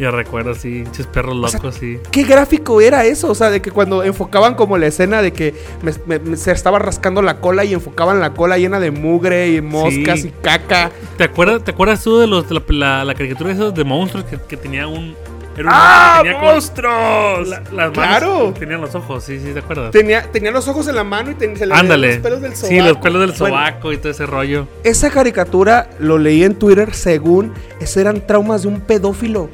Ya recuerdo, sí, pinches perros O sea, locos, sí. ¿Qué gráfico era eso? O sea, de que cuando enfocaban como la escena de que me- me- me- se estaba rascando la cola y enfocaban la cola llena de mugre y moscas Sí. y caca. ¿Te acuerdas, ¿Te acuerdas tú de los, de la, la, la caricatura de esos de monstruos que, que tenía un. Era un ¡Ah, que como- la- las manos ¡Claro! Tenían los ojos, sí, sí, ¿te acuerdas? Tenía, tenía los ojos en la mano y ten- se le veían Ándale. los pelos del sobaco. Sí, los pelos del Bueno, sobaco y todo ese rollo. esa caricatura lo leí en Twitter según eso eran traumas de un pedófilo.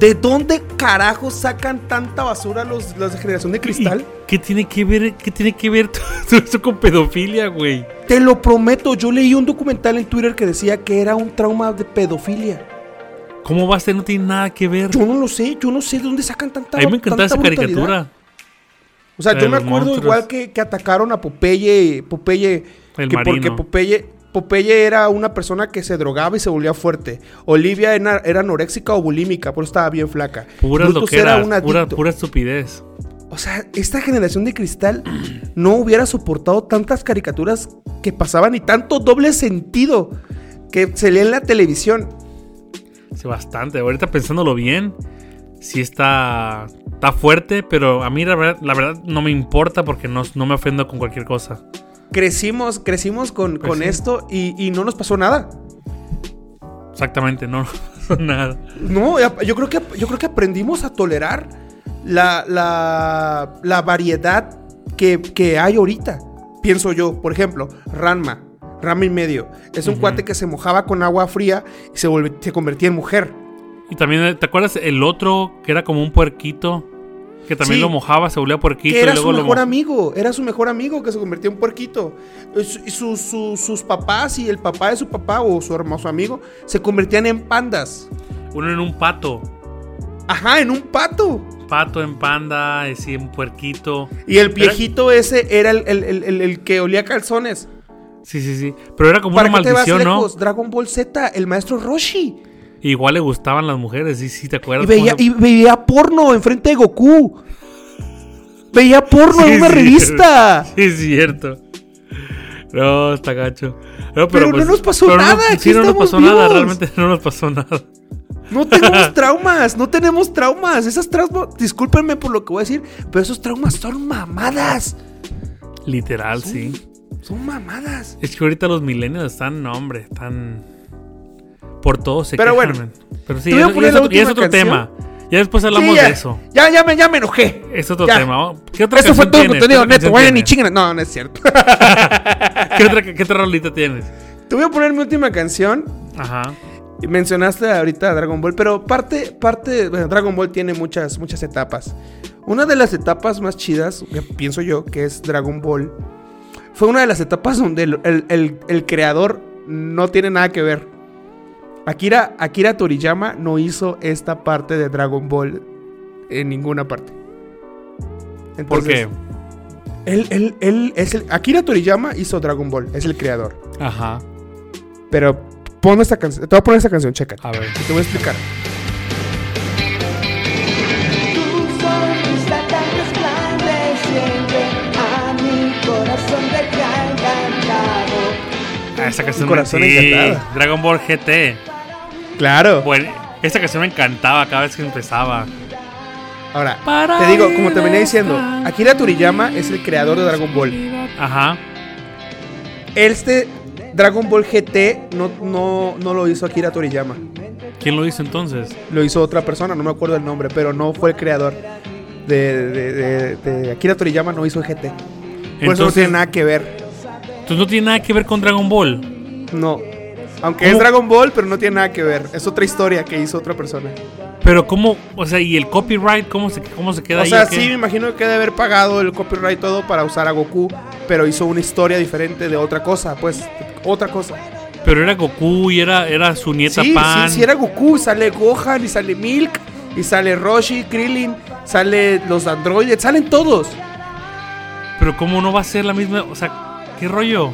¿De dónde carajo sacan tanta basura los, los de generación de cristal? ¿Y ¿Qué tiene que ver, qué tiene que ver todo eso con pedofilia, güey? Te lo prometo, yo leí un documental en Twitter que decía que era un trauma de pedofilia. ¿Cómo va a ser? No tiene nada que ver. Yo no lo sé, yo no sé de dónde sacan tanta A mí me encantaba esa tanta brutalidad. caricatura. O sea, La yo de me los acuerdo monstruos. igual que, que atacaron a Popeye, Popeye, El que porque marino. Popeye, Popeye era una persona que se drogaba y se volvía fuerte. Olivia era, era anoréxica o bulímica, por eso estaba bien flaca. Puras Brutus loqueras, pura, adicto. pura estupidez. O sea, esta generación de cristal no hubiera soportado tantas caricaturas que pasaban y tanto doble sentido que se lee en la televisión. Sí, bastante. Ahorita pensándolo bien, sí está, está fuerte, pero a mí la verdad, la verdad no me importa porque no, no me ofendo con cualquier cosa. Crecimos, crecimos con, Pues con sí. esto y, y no nos pasó nada. Exactamente, no nos pasó nada. No, ya- yo creo que, yo creo que aprendimos a tolerar la, la- la variedad que, que hay ahorita. Pienso yo, por ejemplo, Ranma, Ranma y medio. Es un cuate que se mojaba con agua fría y se, volve- se convertía en mujer. Y también, ¿te acuerdas el otro que era como un puerquito? Que también Sí. lo mojaba, se volvía puerquito que y era luego su lo mejor mojaba. amigo, era su mejor amigo que se convirtió en puerquito. Y su- y su- su- sus papás y el papá de su papá o su hermoso amigo se convertían en pandas. Uno en un pato. Ajá, en un pato. Pato en panda, y sí, un puerquito. Y el Pero- viejito ese era el, el- el- el- el que olía calzones. Sí, sí, sí. Pero era como ¿Para una qué te vas maldición, ¿no? lejos? Dragon Ball Z, el maestro Roshi. Igual le gustaban las mujeres, sí, sí, ¿te acuerdas? Y veía, cómo se- y veía porno enfrente de Goku. Veía porno Sí, en una es revista. cierto. Sí, es cierto. No, está gacho. No, pero, Pero no pues- nos pasó pero no- nada, aquí sí, no nos estamos pasó nada, vivos. realmente no nos pasó nada. No tenemos traumas, no tenemos traumas. Esas traumas, discúlpenme por lo que voy a decir, pero esos traumas son mamadas. Literal, sí. Son mamadas. Es que ahorita los millennials están, no, hombre, están por todo se Pero quejan, bueno, man. pero sí, te voy a eso- y poner es la otro, y es última otro tema. Ya después hablamos Sí, ya, de eso. Ya, ya me, ya me enojé. Es otro Ya. tema. Oh, ¿Qué otra Eso fue canción todo el tienes? ¿Qué contenido otra neto. canción Vayan y tienes? chingan. No, no es cierto. ¿Qué otra, qué otra rolita tienes? Te voy a poner mi última canción. Ajá. Y Mencionaste ahorita a Dragon Ball, pero parte, parte, bueno, Dragon Ball tiene muchas, muchas etapas. Una de las etapas más chidas, que pienso yo, que es Dragon Ball, fue una de las etapas donde el, el- el- el creador no tiene nada que ver. Akira, Akira Toriyama no hizo esta parte de Dragon Ball en ninguna parte. ¿Por qué? Entonces, Él, él- él es el, Akira Toriyama hizo Dragon Ball, es el creador. Ajá. Pero pon esta canción, te voy a poner esta canción, chécate. A ver. Y te voy a explicar. Tu sol está tan resplandeciente, a mi corazón te cae encantado. Ah, esa canción Mi corazón me- sí, encantada. Dragon Ball GT. Claro. Bueno, esta canción me encantaba cada vez que empezaba. Ahora, Para te digo, ir como te venía diciendo, hasta Akira Toriyama es el creador de Dragon Ball. Ajá. Este Dragon Ball GT no, no, no lo hizo Akira Toriyama. ¿Quién lo hizo entonces? Lo hizo otra persona, no me acuerdo el nombre, pero no fue el creador. De, de- de- de Akira Toriyama no hizo el GT. Por eso Pues no Entonces- tiene nada que ver. Entonces no tiene nada que ver con Dragon Ball. No. Aunque ¿Cómo? es Dragon Ball, pero no tiene nada que ver. Es otra historia que hizo otra persona. Pero cómo, o sea, y el copyright, ¿cómo se, cómo se queda O ahí? sea, qué? sí, me imagino que debe haber pagado el copyright y todo para usar a Goku, pero hizo una historia diferente de otra cosa, pues, otra cosa. Pero era Goku y era, era su nieta Sí, Pan. sí, sí, era Goku, sale Gohan y sale Milk y sale Roshi, Krillin, sale los androides, salen todos. Pero cómo no va a ser la misma, o sea, ¿qué rollo?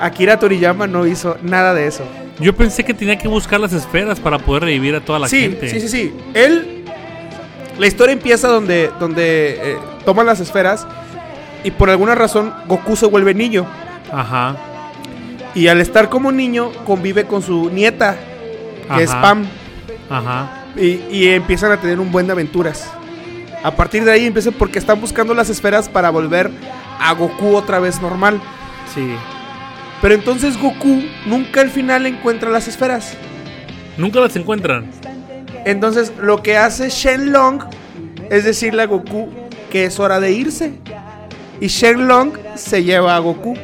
Akira Toriyama no hizo nada de eso. Yo pensé que tenía que buscar las esferas para poder revivir a toda la sí, gente. sí, sí, sí. Él. La historia empieza donde, donde eh, toman las esferas y por alguna razón Goku se vuelve niño. Ajá. Y al estar como niño, convive con su nieta, que Ajá. es Pam. Ajá. Y, y empiezan a tener un buen de aventuras. A partir de ahí empiezan porque están buscando las esferas para volver a Goku otra vez normal. Sí. Pero entonces Goku nunca al final encuentra las esferas. Nunca las encuentran. Entonces lo que hace Shenlong es decirle a Goku que es hora de irse. Y Shenlong se lleva a Goku.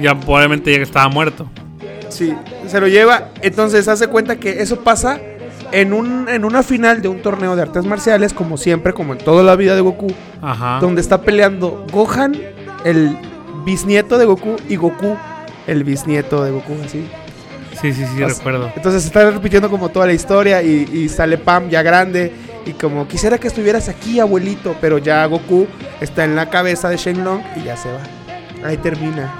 Ya probablemente ya que estaba muerto. Sí, se lo lleva. Entonces hace cuenta que eso pasa en, un, en una final de un torneo de artes marciales, como siempre, como en toda la vida de Goku, Ajá. donde está peleando Gohan, el bisnieto de Goku, y Goku, el bisnieto de Goku, así. Sí, sí, sí, Así- recuerdo. Entonces se está repitiendo como toda la historia y, y sale Pam ya grande y como quisiera que estuvieras aquí, abuelito, pero ya Goku está en la cabeza de Shenlong y ya se va. Ahí termina.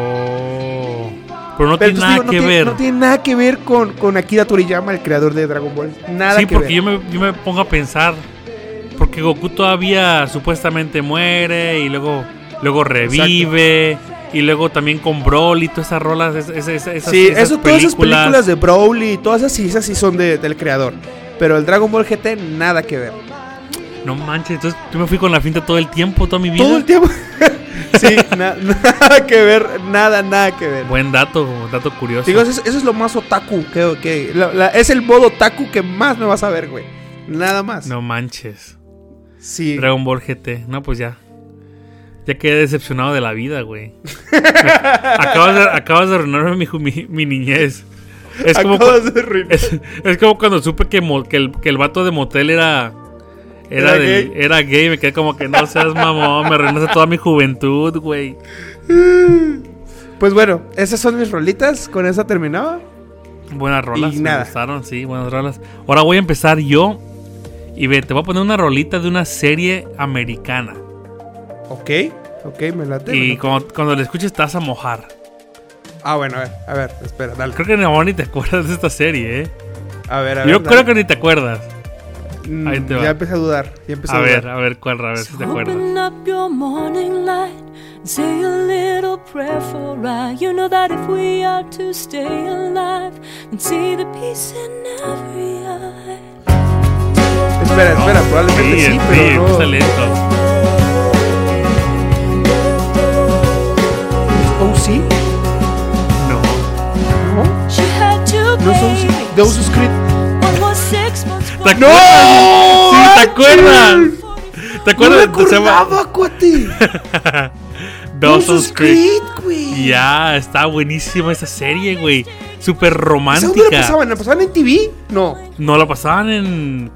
Oh. Pero no Pero tiene entonces nada digo, no, que tiene, ver. no tiene nada que ver con, con Akira Toriyama, el creador de Dragon Ball. Nada sí, que porque ver. yo me, yo me pongo a pensar. Porque Goku todavía supuestamente muere y luego, luego revive. Y luego también con Broly, todas esas rolas, es- es- es- esas, Sí, esas eso, todas esas películas de Broly y todas esas, sí, esas sí son de- del creador. Pero el Dragon Ball GT, nada que ver. No manches, entonces yo me fui con la finta todo el tiempo, toda mi vida. Todo el tiempo. sí, na- nada que ver, nada, nada que ver. Buen dato, dato curioso. Digo, eso, es- eso es lo más otaku que, que la- la- es el modo otaku que más me vas a ver, güey. Nada más. No manches. Sí. Dragon Ball GT. No, pues ya. Ya quedé decepcionado de la vida, güey. acabas, de, acabas de arruinarme mi, ju- mi, mi niñez. Es como, Acabas cu- de arruinar. es, es como cuando supe que, mo- que el, que el vato de motel era. Era, Era del- gay. era gay, me quedé como que no seas mamón, me arruinaste toda mi juventud, güey. Pues bueno, esas son mis rolitas. Con esa terminaba. Buenas rolas, Y me nada. gustaron, sí, buenas rolas. Ahora voy a empezar yo. Y ve, te voy a poner una rolita de una serie americana. Ok, ok, me late. me Y late. cuando, cuando la escuches te vas a mojar. Ah, bueno, a ver, a ver, espera, dale. Creo que no, ni te acuerdas de esta serie, ¿eh? A ver, a ver. Yo dale. creo que ni te acuerdas. Mm, ahí te va. Ya empecé a dudar. Ya empecé a, A ver, dudar. a ver cuál, a ver si te acuerdas. Open up your morning light and say a little prayer for I. You know that if we are to stay alive and see the peace in every eye. Espera, espera, Sí, probablemente sí, sí, pero no. empieza lento. Oh, sí. No. No, She had two no son sí. babies. De un suscrito. One was six months ¿Te old. acuerdas? Sí, ¿te acuerdas? ¿Te No acuerdas? me Se llama acordaba, cuate. Dawson's Creek. suscrito, güey. Ya, está buenísima esa serie, güey. Súper ¿Esa dónde la romántica. pasaban? ¿La pasaban en TV? No. No la pasaban en.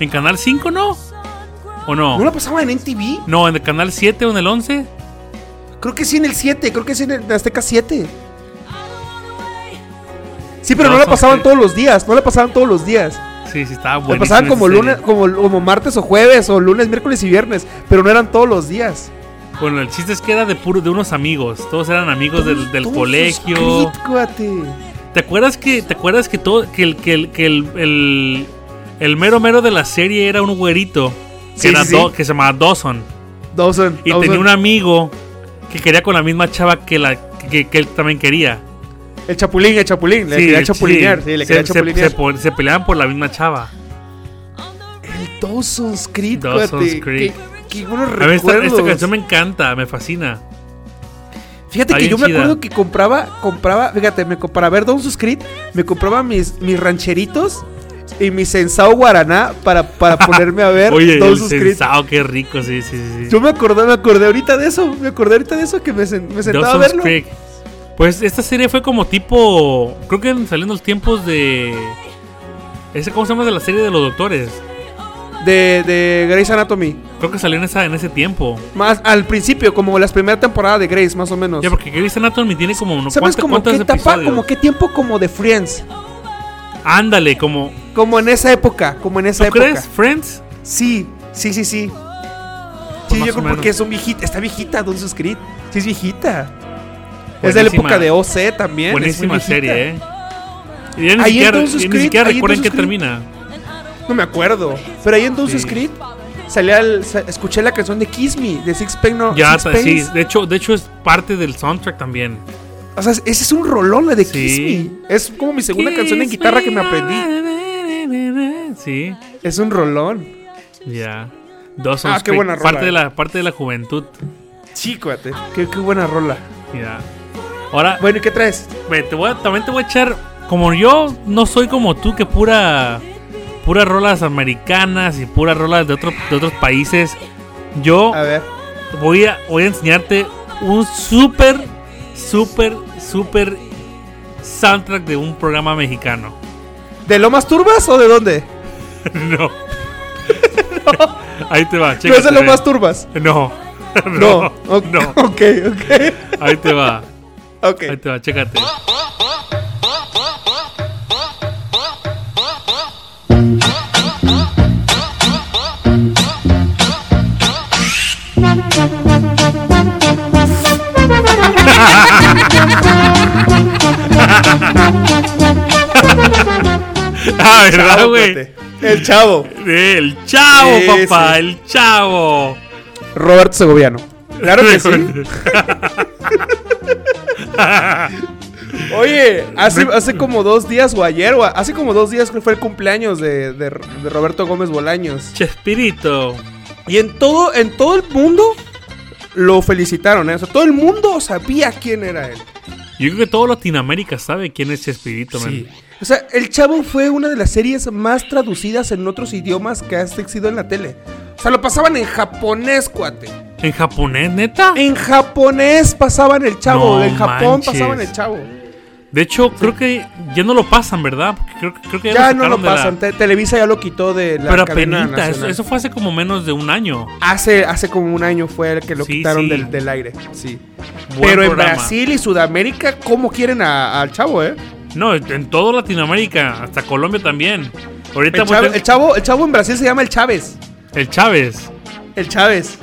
En Canal 5, ¿no? ¿O no? ¿No la pasaban en TV? No, en el Canal 7 o en el 11. Creo que sí en el 7, creo que sí en el en Azteca 7. Sí, pero no, No, la son pasaban que- todos los días, no la pasaban todos los días. Sí, sí, estaba La buenísima. pasaban esa como serie. lunes, como, como martes o jueves, o lunes, miércoles y viernes, pero no eran todos los días. Bueno, el chiste es que era de puro de unos amigos. Todos eran amigos del, del Todos colegio. sus crit, cuate. ¿Te acuerdas que te acuerdas que todo que el que el que el, el- el mero mero de la serie era un güerito que Sí, era sí, Do- sí. que se llamaba Dawson Dawson. y Dawson. tenía un amigo que quería con la misma chava que la que, que él también quería. El chapulín, el chapulín. Le Sí, quería el- chapulinear. Sí, sí. Se- le quería se- chapulinear. se po- se peleaban por la misma chava. Dawson's Creek, Dawson's cuate. Creek. Qué, qué buenos A ver, esta, recuerdos. esta canción me encanta, me fascina. Fíjate Está que bien yo me chida. acuerdo que compraba, compraba, fíjate, me, co- para ver Dawson's Creek, me compraba mis, mis rancheritos y mi sensao guaraná para, para ponerme a ver Oye, el Dawson's Creek. sensao, qué rico, sí, sí, sí. sí. Yo me acordé, me acordé ahorita de eso, me acordé ahorita de eso que me, sen- me sentaba a Dawson's verlo. Creek. Pues esta serie fue como tipo. Creo que salió en los tiempos de. Ese, ¿Cómo se llama? De la serie de los doctores. De, de Grey's Anatomy. Creo que salió en, esa, en ese tiempo. Más al principio, como las primeras temporadas de Grey's, más o menos. Ya, porque Grey's Anatomy tiene como unos ¿Sabes cuantos como qué etapa? episodios. Como qué tiempo como de Friends. Ándale, como. Como en esa época, como en ¿Tú esa época. crees, Friends? Sí, sí, sí, sí. Sí, Pues más o yo creo menos. porque es un viejita, está viejita Dawson's Creek. Sí es viejita. Es de la Buenísima. época de OC también. Buenísima serie, ¿eh? Y ya ni Ahí en siquiera, Dawson's ya ni Creek- siquiera ahí en recuerden que Dawson's Creek- termina. No me acuerdo. Pero ahí en Dawson's Sí. Creek salía el- sa- escuché la canción de Kiss Me de Six Sixpence. Ya, ta- sí. De hecho, de hecho, es parte del soundtrack también. O sea, ese es un rolón la de Sí. Kiss Me. Es como mi segunda canción en guitarra que me aprendí. Sí, Es un rolón. ya. Dawson's Ah, qué Creek, buena rola, parte, de eh. la, parte de la juventud. Chico, qué, qué buena rola. Ya. Ahora, Bueno, ¿y qué traes? ve, te voy a- también te voy a echar. Como yo no soy como tú, que pura. Puras rolas americanas y puras rolas de, otro- de otros países. Yo A ver. voy a, voy a enseñarte un súper, súper, súper soundtrack de un programa mexicano. ¿De Lomas Turbas o de dónde? no. Ahí te va, No chécate. es de Lomas Turbas. No. No. No. Ok, no. ok, ok. Ahí te va. Ok. Ahí te va, chécate. ah, ¿verdad, Chavo, güey? cuate. El chavo. El chavo, Sí, papá, sí. el chavo. Roberto Segoviano. Claro que sí. Oye, hace, hace como dos días o ayer, o a- hace como dos días que fue el cumpleaños de, de- de Roberto Gómez Bolaños. Chespirito. Y en todo, en todo el mundo lo felicitaron, ¿eh? O sea, todo el mundo sabía quién era él. Yo creo que todo Latinoamérica sabe quién es Chespirito, man. Sí. O sea, El Chavo fue una de las series más traducidas en otros idiomas que ha existido en la tele. O sea, lo pasaban en japonés, cuate. ¿En japonés, neta? En japonés pasaban el chavo. No en Japón manches. pasaban el chavo. De hecho, creo que ya no lo pasan, ¿verdad? Porque Creo, creo que Ya lo no lo sacaron de la- pasan. Te- Televisa ya lo quitó de la Pero cadena apenita, eso, nacional. eso fue hace como menos de un año. Hace, hace como un año fue el que lo Sí, quitaron sí. Del, del aire. Sí. Buen Pero en programa. Brasil y Sudamérica, ¿cómo quieren a- al chavo, eh? No, en todo Latinoamérica, hasta Colombia también. Ahorita El pues, chavo, el, chavo, el chavo en Brasil se llama el Chávez. el Chávez. El Chávez.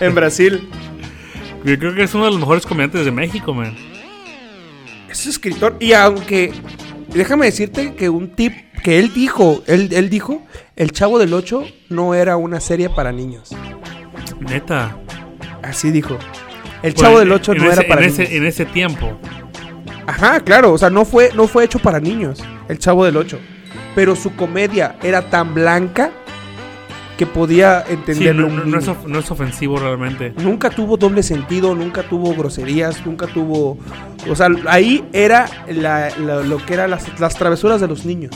En Brasil. Yo creo que es uno de los mejores comediantes de México, man. Es escritor. Y aunque. Déjame decirte que un tip que él dijo, él, él dijo, El Chavo del 8 no era una serie para niños. Neta. Así dijo. El Chavo Pues, del 8 en no ese- era para en niños. ese, en ese tiempo. Ajá, claro, o sea, no fue, no fue hecho para niños, el Chavo del 8. Pero su comedia era tan blanca que podía Sí, entenderlo no, un no- niño. no es of- no es ofensivo realmente. Nunca tuvo doble sentido, nunca tuvo groserías, nunca tuvo... O sea, ahí era la- la- lo que eran las, las travesuras de los niños.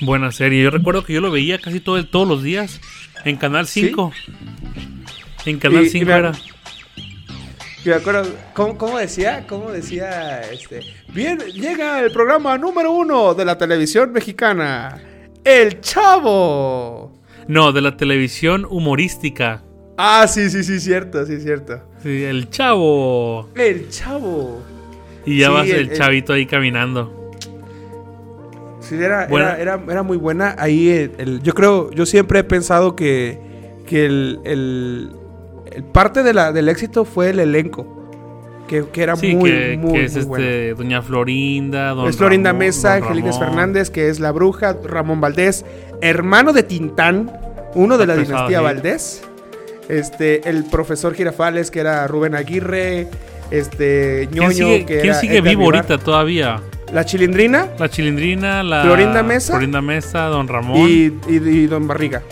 Buena serie. Yo recuerdo que yo lo veía casi todo, el- todos los días en Canal ¿Sí? 5. En Canal Y- y 5 me- era. Y me acuerdo, ¿cómo, cómo decía? ¿Cómo decía este? Bien, llega el programa número uno de la televisión mexicana, El Chavo. No, de la televisión humorística. Ah, sí, sí, sí, cierto, sí, cierto. Sí, el chavo. El chavo. Y ya Sí, vas el, el- el- chavito ahí caminando. Sí, era, Buena. era, era- era muy buena. Ahí el- el- yo creo, yo siempre he pensado que, que el, el- el parte de la, del éxito fue el elenco. Que, que era Sí, muy, que, muy, que es muy este bueno. Doña Florinda, Don Es Florinda Ramón- Mesa, Don Angelines Ramón. Fernández, que es la bruja, Ramón Valdés, hermano de Tintán, uno de la Está pesado, dinastía sí. Valdés. Este, el profesor Girafales, que era Rubén Aguirre, este, Ñoño, ¿Quién sigue, que quién era sigue Edgar vivo Vivar. ahorita todavía? La Chilindrina La Chilindrina, la. Florinda Mesa. Florinda Mesa, Don Ramón. y, y- y Don Barriga.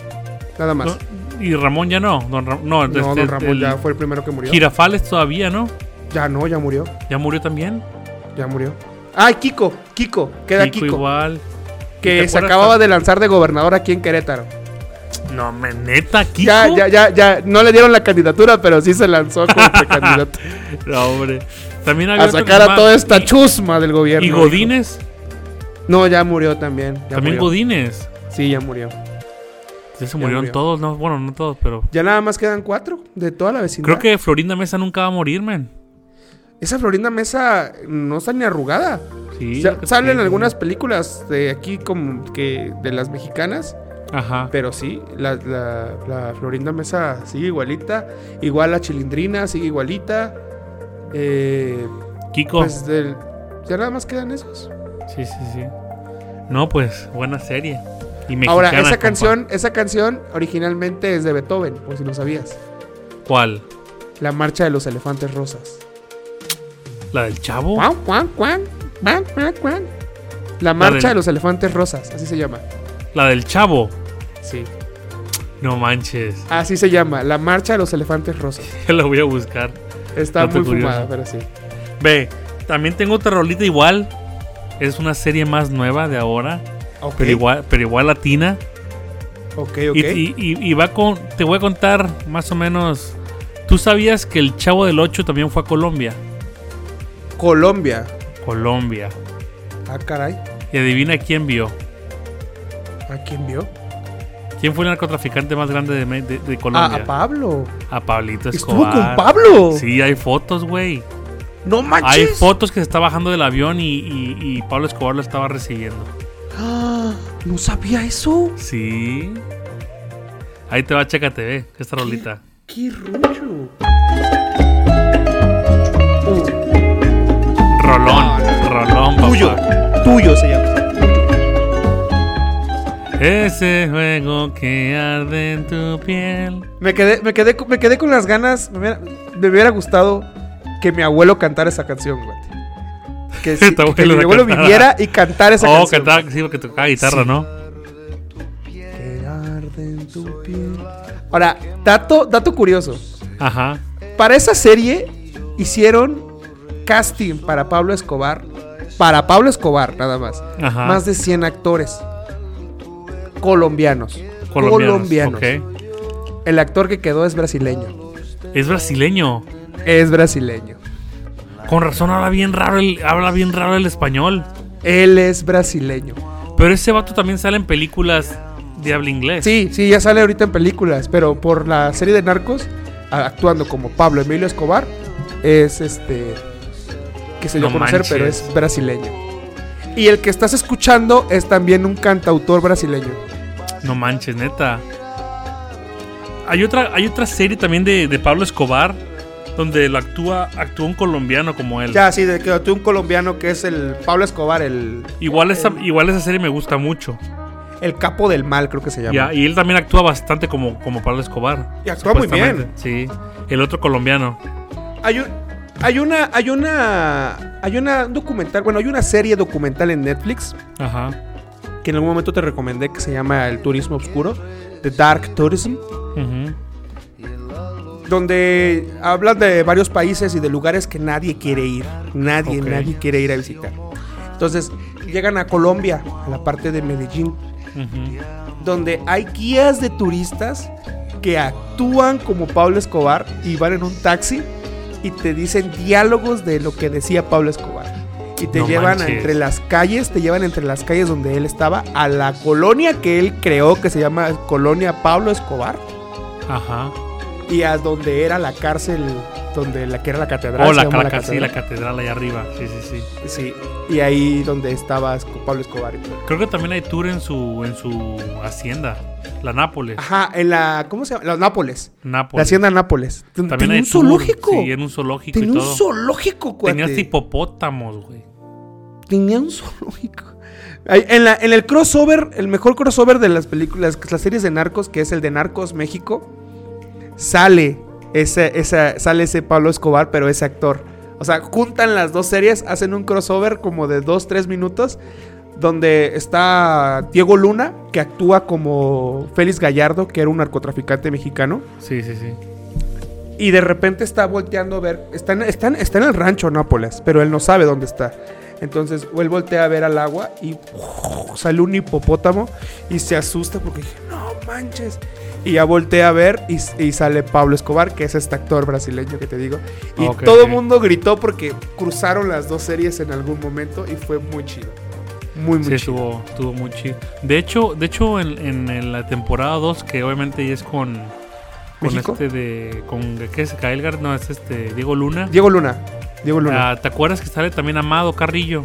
Nada más. Don- y Ramón ya no. Don Ra- no, No, este, Don Ramón el- ya fue el primero que murió. Girafales todavía, ¿no? Ya no, ya murió. Ya murió también. Ya murió. Ah, Kiko, Kiko, queda Kiko, igual. ¿Y que te se acuerdas acababa de lanzar de gobernador aquí en Querétaro. cuando- No, me neta, Kiko. Ya, ya, ya, ya, no le dieron la candidatura, pero sí se lanzó como precandidato No, hombre. También había a otro sacar que se a llama- toda esta y- chusma del gobierno. Y Godínez. No, ya murió también. ya También murió. Godínez. Sí, ya murió. Ya se murieron murió. todos, ¿no? Bueno, no todos, pero. Ya nada más quedan cuatro de toda la vecindad. Creo que Florinda Mesa nunca va a morir, man. Esa Florinda Mesa no está ni arrugada. Sí. Sa- creo que salen sí. algunas películas de aquí como que de las mexicanas, Ajá. pero sí, la, la- la Florinda Mesa sigue igualita, igual la Chilindrina sigue igualita. Eh, Kiko. pues del, ya nada más quedan esos. Sí, sí, sí. No, pues, buena serie. Y mexicana, Ahora, esa compa. canción, esa canción originalmente es de Beethoven, por si no sabías. ¿Cuál? La marcha de los elefantes rosas. ¿La del chavo? Cuan, cuan, cuan, cuan, cuan, cuan. La marcha de los elefantes rosas, así se llama. ¿La del chavo? Sí. No manches. Así se llama, la marcha de los elefantes rosas. Ya la voy a buscar. Está Dato muy fumada, curioso. pero sí. Ve, también tengo otra rolita igual. Es una serie más nueva de ahora. Ok, Pero igual, pero igual latina. Ok, ok. Y- Y, y- y va con. Te voy a contar más o menos. ¿Tú sabías que el Chavo del 8 también fue a Colombia? Colombia. Colombia. Ah, caray. Y adivina quién vio. ¿A quién vio? ¿Quién fue el narcotraficante más grande de, Me- de- de Ah, Colombia? a Pablo. A Pablito Estuvo Escobar. con Pablo. Sí, hay fotos, güey. No manches. Hay fotos que se está bajando del avión y, y- y Pablo Escobar lo estaba recibiendo. Ah, no sabía eso. Sí. Ahí te va, chécate, ve, esta rolita. Qué rollo. Uh, Rolón, rolón, papá. tuyo. Tuyo se llama. Ese juego que arde en tu piel. Me quedé, me quedé, me quedé con las ganas. Me hubiera, me hubiera gustado que mi abuelo cantara esa canción, güey. Que, sí, Tu que abuelo mi la abuelo cantara. viviera y cantara esa oh, que canción. estaba, sí, porque tocaba guitarra, Sí. ¿no? Que arde en tu piel. Ahora, dato, dato curioso. Ajá. Para esa serie hicieron casting para Pablo Escobar. Para Pablo Escobar, nada más. Ajá. Más de 100 actores. Colombianos. Colombianos. Colombianos. ok. El actor que quedó es brasileño. Es brasileño. Es brasileño. Con razón habla bien raro el, habla bien raro el español. Él es brasileño. Pero ese vato también sale en películas de habla inglés. Sí, sí, ya sale ahorita en películas, pero por la serie de narcos, a- actuando como Pablo Emilio Escobar, es este. que se dio No a conocer, pero manches. es brasileño. Y el que estás escuchando es también un cantautor brasileño. No manches, neta. Hay otra, hay otra serie también de, de Pablo Escobar donde lo actúa, actúa un colombiano como él. Ya, sí, de que tú un colombiano que es el Pablo Escobar, el, Igual esa, Eh. igual esa serie me gusta mucho. el capo del mal, creo que se llama. Ya, y él también actúa bastante como, como Pablo Escobar. Y actúa muy supuestamente. bien. Sí. El otro colombiano. Hay un- Hay una, hay una, hay una un documental, bueno, hay una serie documental en Netflix Ajá. que en algún momento te recomendé que se llama El Turismo Oscuro, The Dark Tourism, Ujú. donde hablan de varios países y de lugares que nadie quiere ir, nadie, Ok. nadie quiere ir a visitar. Entonces llegan a Colombia, a la parte de Medellín, Ujú. donde hay guías de turistas que actúan como Pablo Escobar y van en un taxi y te dicen diálogos de lo que decía Pablo Escobar. Y te No llevan a manches. entre las calles, te llevan entre las calles donde él estaba, a la colonia que él creó, que se llama Colonia Pablo Escobar, Ajá. y a donde era la cárcel, donde la que era la catedral. Oh, se la, llama la- sí, la catedral ahí arriba. Sí, sí, sí. catedral. Sí, y ahí donde estaba Esco- Pablo Escobar. Creo que también hay tour en su, en su hacienda. La Nápoles. Ajá, en la, ¿cómo se llama? Los Nápoles. Nápoles. La hacienda Nápoles. También También hay un tour, zoológico. Sí, en un zoológico Tenía y un todo. zoológico, cuate. Tenías hipopótamos, güey. Tenía un zoológico. Ay, En, la- en el crossover, el mejor crossover de las películas, las series de narcos, que es el de Narcos México, sale ese, esa, sale ese Pablo Escobar, pero ese actor. O sea, juntan las dos series, hacen un crossover como de 2-3 minutos, donde está Diego Luna, que actúa como Félix Gallardo, que era un narcotraficante mexicano. Sí, sí, sí. Y de repente está volteando a ver. Está en, está en- está en el rancho Nápoles, pero él no sabe dónde está. Entonces él voltea a ver al agua y ¡uf! sale un hipopótamo y se asusta porque dice, no manches. Y ya voltea a ver y, s- y sale Pablo Escobar, que es este actor brasileño que te digo. Y Ah, ok, todo el ok. mundo gritó porque cruzaron las dos series en algún momento y fue muy chido. Muy, Sí, muy chido. estuvo, estuvo muy chido. De hecho, de hecho en, en- en la temporada 2, que obviamente ya es con, con ¿México? este de. con ¿Qué es? Gael Gar- no, es este Diego Luna. Diego Luna. Diego Luna. Ah, ¿Te acuerdas que sale también Amado Carrillo?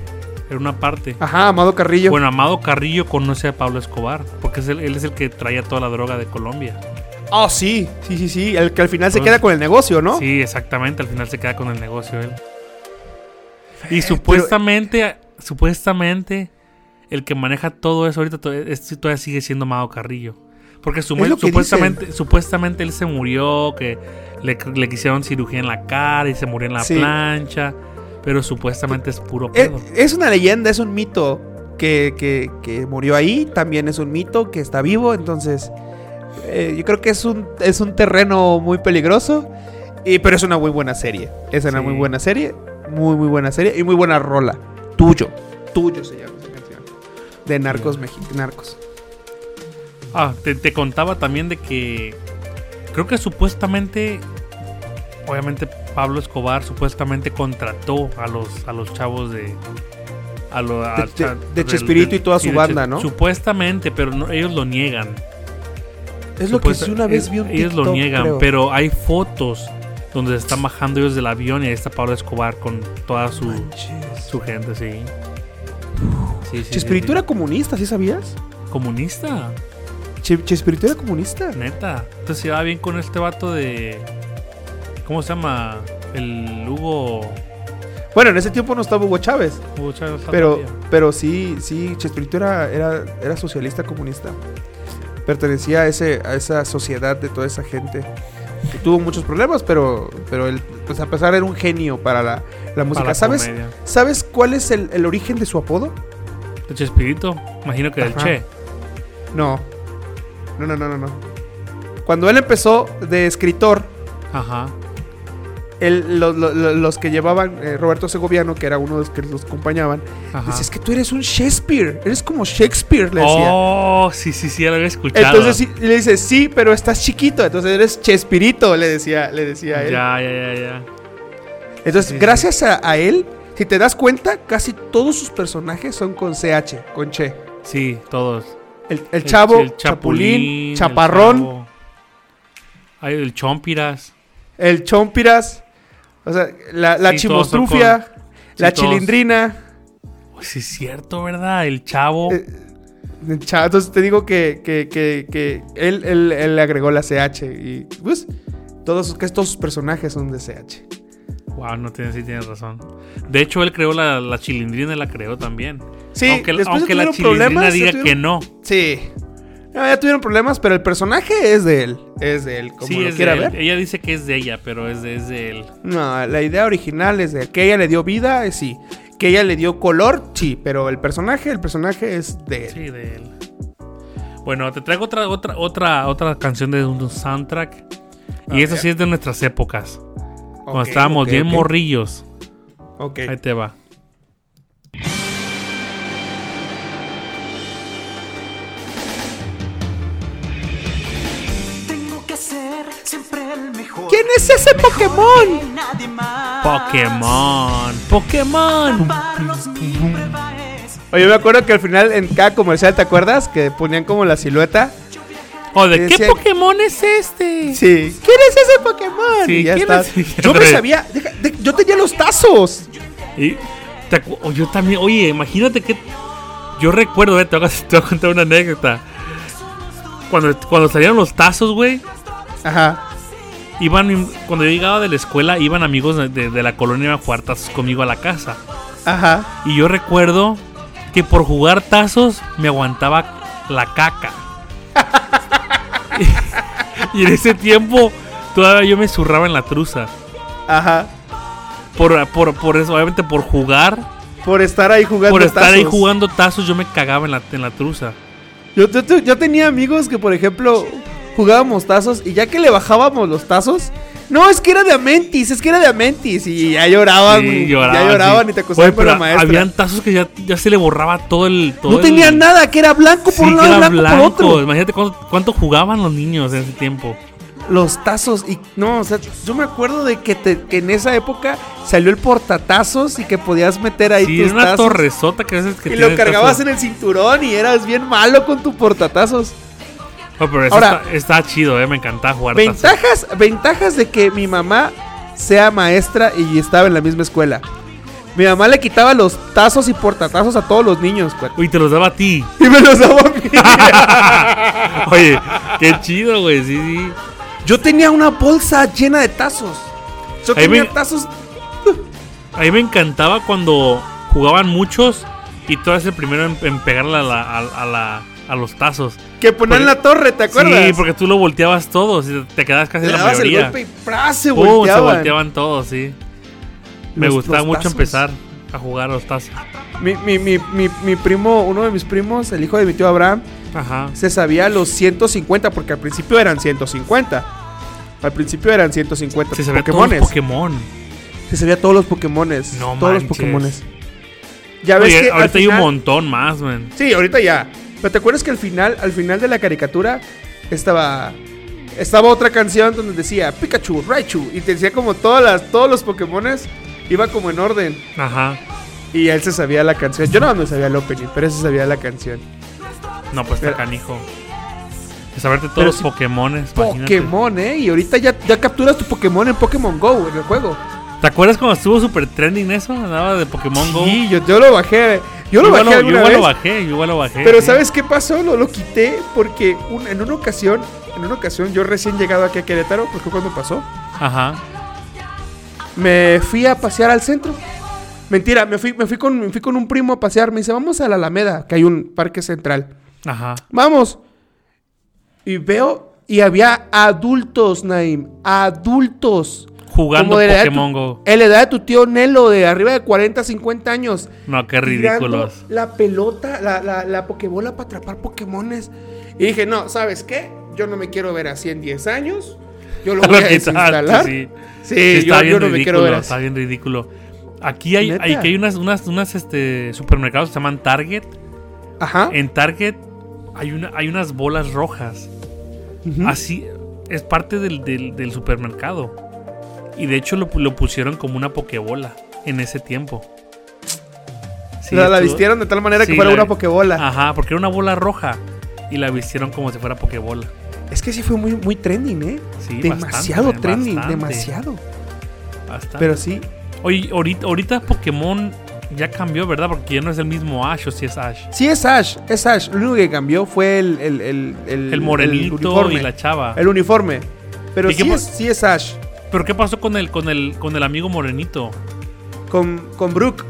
En una parte. Ajá, Amado Carrillo. Bueno, Amado Carrillo conoce a Pablo Escobar, porque es el- él es el que traía toda la droga de Colombia. Oh, sí. Sí, sí, sí. El que al final se Ah. queda con el negocio, ¿no? Sí, exactamente, al final se queda con el negocio él. Y supuestamente, supuestamente, el que maneja todo eso ahorita to- es- todavía sigue siendo Amado Carrillo. Porque su- Es lo que supuestamente, supuestamente él se murió, que le, le quisieron cirugía en la cara y se murió en la Sí. plancha. Pero supuestamente es puro Es, pedo. Eh, es una leyenda, es un mito que, que- que murió ahí, también es un mito que está vivo, entonces eh, yo creo que es un, es un terreno muy peligroso, y, pero es una muy buena serie, es una Sí. muy buena serie, muy muy buena serie y muy buena rola, tuyo, tuyo se llama esa canción, de Narcos México, Narcos. Ah, te, te contaba también de que creo que supuestamente, obviamente Pablo Escobar supuestamente contrató a los a los chavos de a lo- a- De- de- a- de del- Chespirito del- y toda sí, su de banda, Ches- ¿no? Supuestamente, pero no- ellos lo niegan. Es lo que Supuesta- sí una vez es- vi un Ellos lo TikTok, niegan, creo. pero hay fotos donde se están bajando ellos del avión y ahí está Pablo Escobar con toda su, Manches. su gente, sí. Sí, sí, sí, Chespirito sí. era comunista, ¿sí sabías? comunista. Che- Chespirito era comunista. Neta. Entonces se va bien con este vato de. ¿Cómo se llama? El Hugo. Bueno, en ese tiempo no estaba Hugo Chávez. Hugo Chávez Pero, Sanabria. pero sí, sí, Chespirito era, era, era socialista comunista. Pertenecía a, ese, a esa sociedad de toda esa gente. Que tuvo muchos problemas, pero, pero él, pues a pesar era un genio para la, la música. Para la ¿Sabes, comedia. ¿Sabes cuál es el, el origen de su apodo? De Chespirito. Imagino que del Ajá. Che. No. No, no, no, no, no. Cuando él empezó de escritor, Ajá. él- lo- lo- lo- los que llevaban, eh, Roberto Segoviano, que era uno de los que los acompañaban, Ajá. decía, es que tú eres un Shakespeare, eres como Shakespeare, le decía. Oh, sí, sí, sí, ya lo había escuchado. Entonces sí, le dice, sí, pero estás chiquito, entonces eres Chespirito, le decía, le decía él. Ya, ya, ya, ya. Entonces, sí, sí. gracias a, a él, si te das cuenta, casi todos sus personajes son con CH, con Che. Sí, todos. El, el chavo, el Chapulín, el Chaparrón, el, Chavo. Ay, el Chompiras. Chompiras, o sea, la, la Sí, todos son chimostrufia, la sí, todos. chilindrina. Oh, sí, es cierto, ¿verdad? El Chavo. eh, el cha- entonces te digo que, que- que- que él, él- él le agregó la CH y pues, todos, que todos sus personajes son de CH. Wow, no tienes, sí tienes razón. De hecho, él creó la, la chilindrina, la creó también. Sí, aunque después aunque la tuvieron chilindrina problemas, diga tuvieron- que no. Sí. No, ya tuvieron problemas, pero el personaje es de él. Es de él, como Sí, lo es de quiera él. ver. Ella dice que es de ella, pero es de, es de él. No, la idea original es de que ella le dio vida, eh, sí. Que ella le dio color, sí. Pero el personaje, el personaje es de él. Sí, de él. Bueno, te traigo otra, otra, otra, otra canción de un soundtrack. A Y esa ver. sí es de nuestras épocas. cuando Ok, estábamos ok, bien ok. morrillos. Ok. Ahí te va. Tengo que ser siempre el mejor. ¿Quién es ese Pokémon? Que nadie más. Pokémon. Pokémon. Taparlos mi prueba es. Oye, me acuerdo que al final en cada comercial, ¿te acuerdas? Que ponían como la silueta. ¿O Oh, de Te qué decía- Pokémon es este? Sí. ¿Quién es ese Pokémon? Sí, y ya ¿quién está. es? Yo me sabía. deja- de- yo tenía los tazos. Y te acu- oh, yo también, oye, imagínate que. Yo recuerdo, eh, te, voy a, te voy a contar una anécdota. Cuando, cuando salieron los tazos, güey, Ajá. iban. Cuando yo llegaba de la escuela, iban amigos de, de- de la colonia iban a jugar tazos conmigo a la casa. Ajá. Y yo recuerdo que por jugar tazos me aguantaba la caca. y en ese tiempo todavía yo me zurraba en la truza. Ajá. por, por, por eso, obviamente por jugar, Por estar ahí jugando. por estar ahí tazos. jugando tazos, yo me cagaba en la, en la truza. Yo, yo te- yo tenía amigos que, por ejemplo, jugábamos tazos y ya que le bajábamos los tazos. No, es que era de Amentis, es que era de Amentis. Y ya lloraban. Sí, lloraban, Ah, ya lloraban sí. y te acostaban Oye, con la pero maestra. Habían tazos que ya, ya se le borraba todo el. Todo No el- tenía nada, que era blanco Sí, por un que lado y era blanco, blanco. por otro. Imagínate cuánto, cuánto jugaban los niños en ese tiempo. Los tazos. Y no, o sea, yo me acuerdo de que, te- que en esa época salió el portatazos y que podías meter ahí Sí, tus era una tazos. torresota que a veces que y tiene lo el cargabas tazo. en el cinturón y eras bien malo con tu portatazos. Oh, pero eso Ahora- está, está chido, eh, me encantaba jugar tazos. Ventajas, ventajas de que mi mamá sea maestra y estaba en la misma escuela. Mi mamá le quitaba los tazos y portatazos a todos los niños, cuate. Uy, te los daba a ti. Y me los daba a mí. Oye, qué chido, güey. Sí, sí. Yo tenía una bolsa llena de tazos. Yo Ahí tenía me- tazos. A mí me encantaba cuando jugaban muchos y tú eras el primero en, en pegarle a, la- a- a la- a los tazos. Que ponían en Porque- la torre, ¿te acuerdas? Sí, porque tú lo volteabas todos y te quedabas casi le la dabas el mayoría. golpe y ¡pra! se Pum, volteaban. se volteaban todos, sí. Me Los- gustaba los mucho tazos. empezar a jugar a los tazos. Mi, mi, mi, mi, mi primo, uno de mis primos, el hijo de mi tío Abraham, Ajá. se sabía los 150, porque al principio eran 150. Al principio eran 150 Se sabía todos los Pokémones. Pokémon. Se sabía todos los Pokémones. No todos manches. los Pokémones. Ya ves Oye, que. al ahorita hay un final- montón más, man. Sí, ahorita ya. Pero te acuerdas que al final, al final de la caricatura, estaba. Estaba otra canción donde decía Pikachu, Raichu. Y te decía como todas las, todos los Pokémones. Iba como en orden. Ajá. Y él se sabía la canción. Yo no me sabía el opening, pero él se sabía la canción. No, pues está Pero- canijo. Es saberte todos Pero los si- Pokémones. imagínate. Pokémon, eh. Y ahorita ya, ya capturas tu Pokémon en Pokémon Go, en el juego. ¿Te acuerdas cuando estuvo super trending eso? Nada de Pokémon Go. Sí, yo, yo lo bajé. Yo lo igual bajé yo alguna igual vez. lo bajé, yo igual lo bajé. Pero sí. ¿sabes qué pasó? Lo, lo quité porque un- en una ocasión, en una ocasión yo recién llegado aquí a Querétaro, porque cuando pasó, Ajá. me fui a pasear al centro. Mentira, me fui, me fui, con, me fui con un primo a pasear, me dice, vamos a la Alameda, que hay un parque central. Ajá. Vamos. Y veo, y había adultos, Naim, adultos. Jugando Como de la edad de Pokémon tu- Go. En la edad de tu tío Nelo, de arriba de 40, 50 años. No, qué tirando ridículos. La pelota, la, la, la pokebola para atrapar pokémones. Y dije, no, ¿sabes qué? Yo no me quiero ver así en 10 años. Yo lo Lo voy a quitaste, desinstalar. sí. Sí, Sí, yo, está bien yo no me quiero ver ridículo, así. está bien ridículo. Aquí hay, Neta. hay, que hay unas, unas, unas este, supermercados que se llaman Target. Ajá. En Target hay, una, hay unas bolas rojas. Ujú. Así es parte del, del- del supermercado. Y de hecho lo, lo pusieron como una pokebola en ese tiempo. Sí, la, la estuvo- vistieron de tal manera Sí, que fuera la- Ah. una pokebola. Ajá, porque era una bola roja. Y la vistieron como si fuera pokebola. Es que sí fue muy, muy trending, ¿eh? Sí, demasiado bastante, trending, bastante. demasiado. Bastante. Pero sí, Oye, ahorita, ahorita Pokémon ya cambió, ¿verdad? Porque ya no es el mismo Ash o si es Ash. sí es Ash, es Ash. Lo único que cambió fue el, el, el, el- El morenito uniforme. y la chava. El uniforme. Pero ¿Y qué sí pa- es, sí es Ash. Pero ¿qué pasó con el, con el, con el amigo morenito? Con, con Brooke.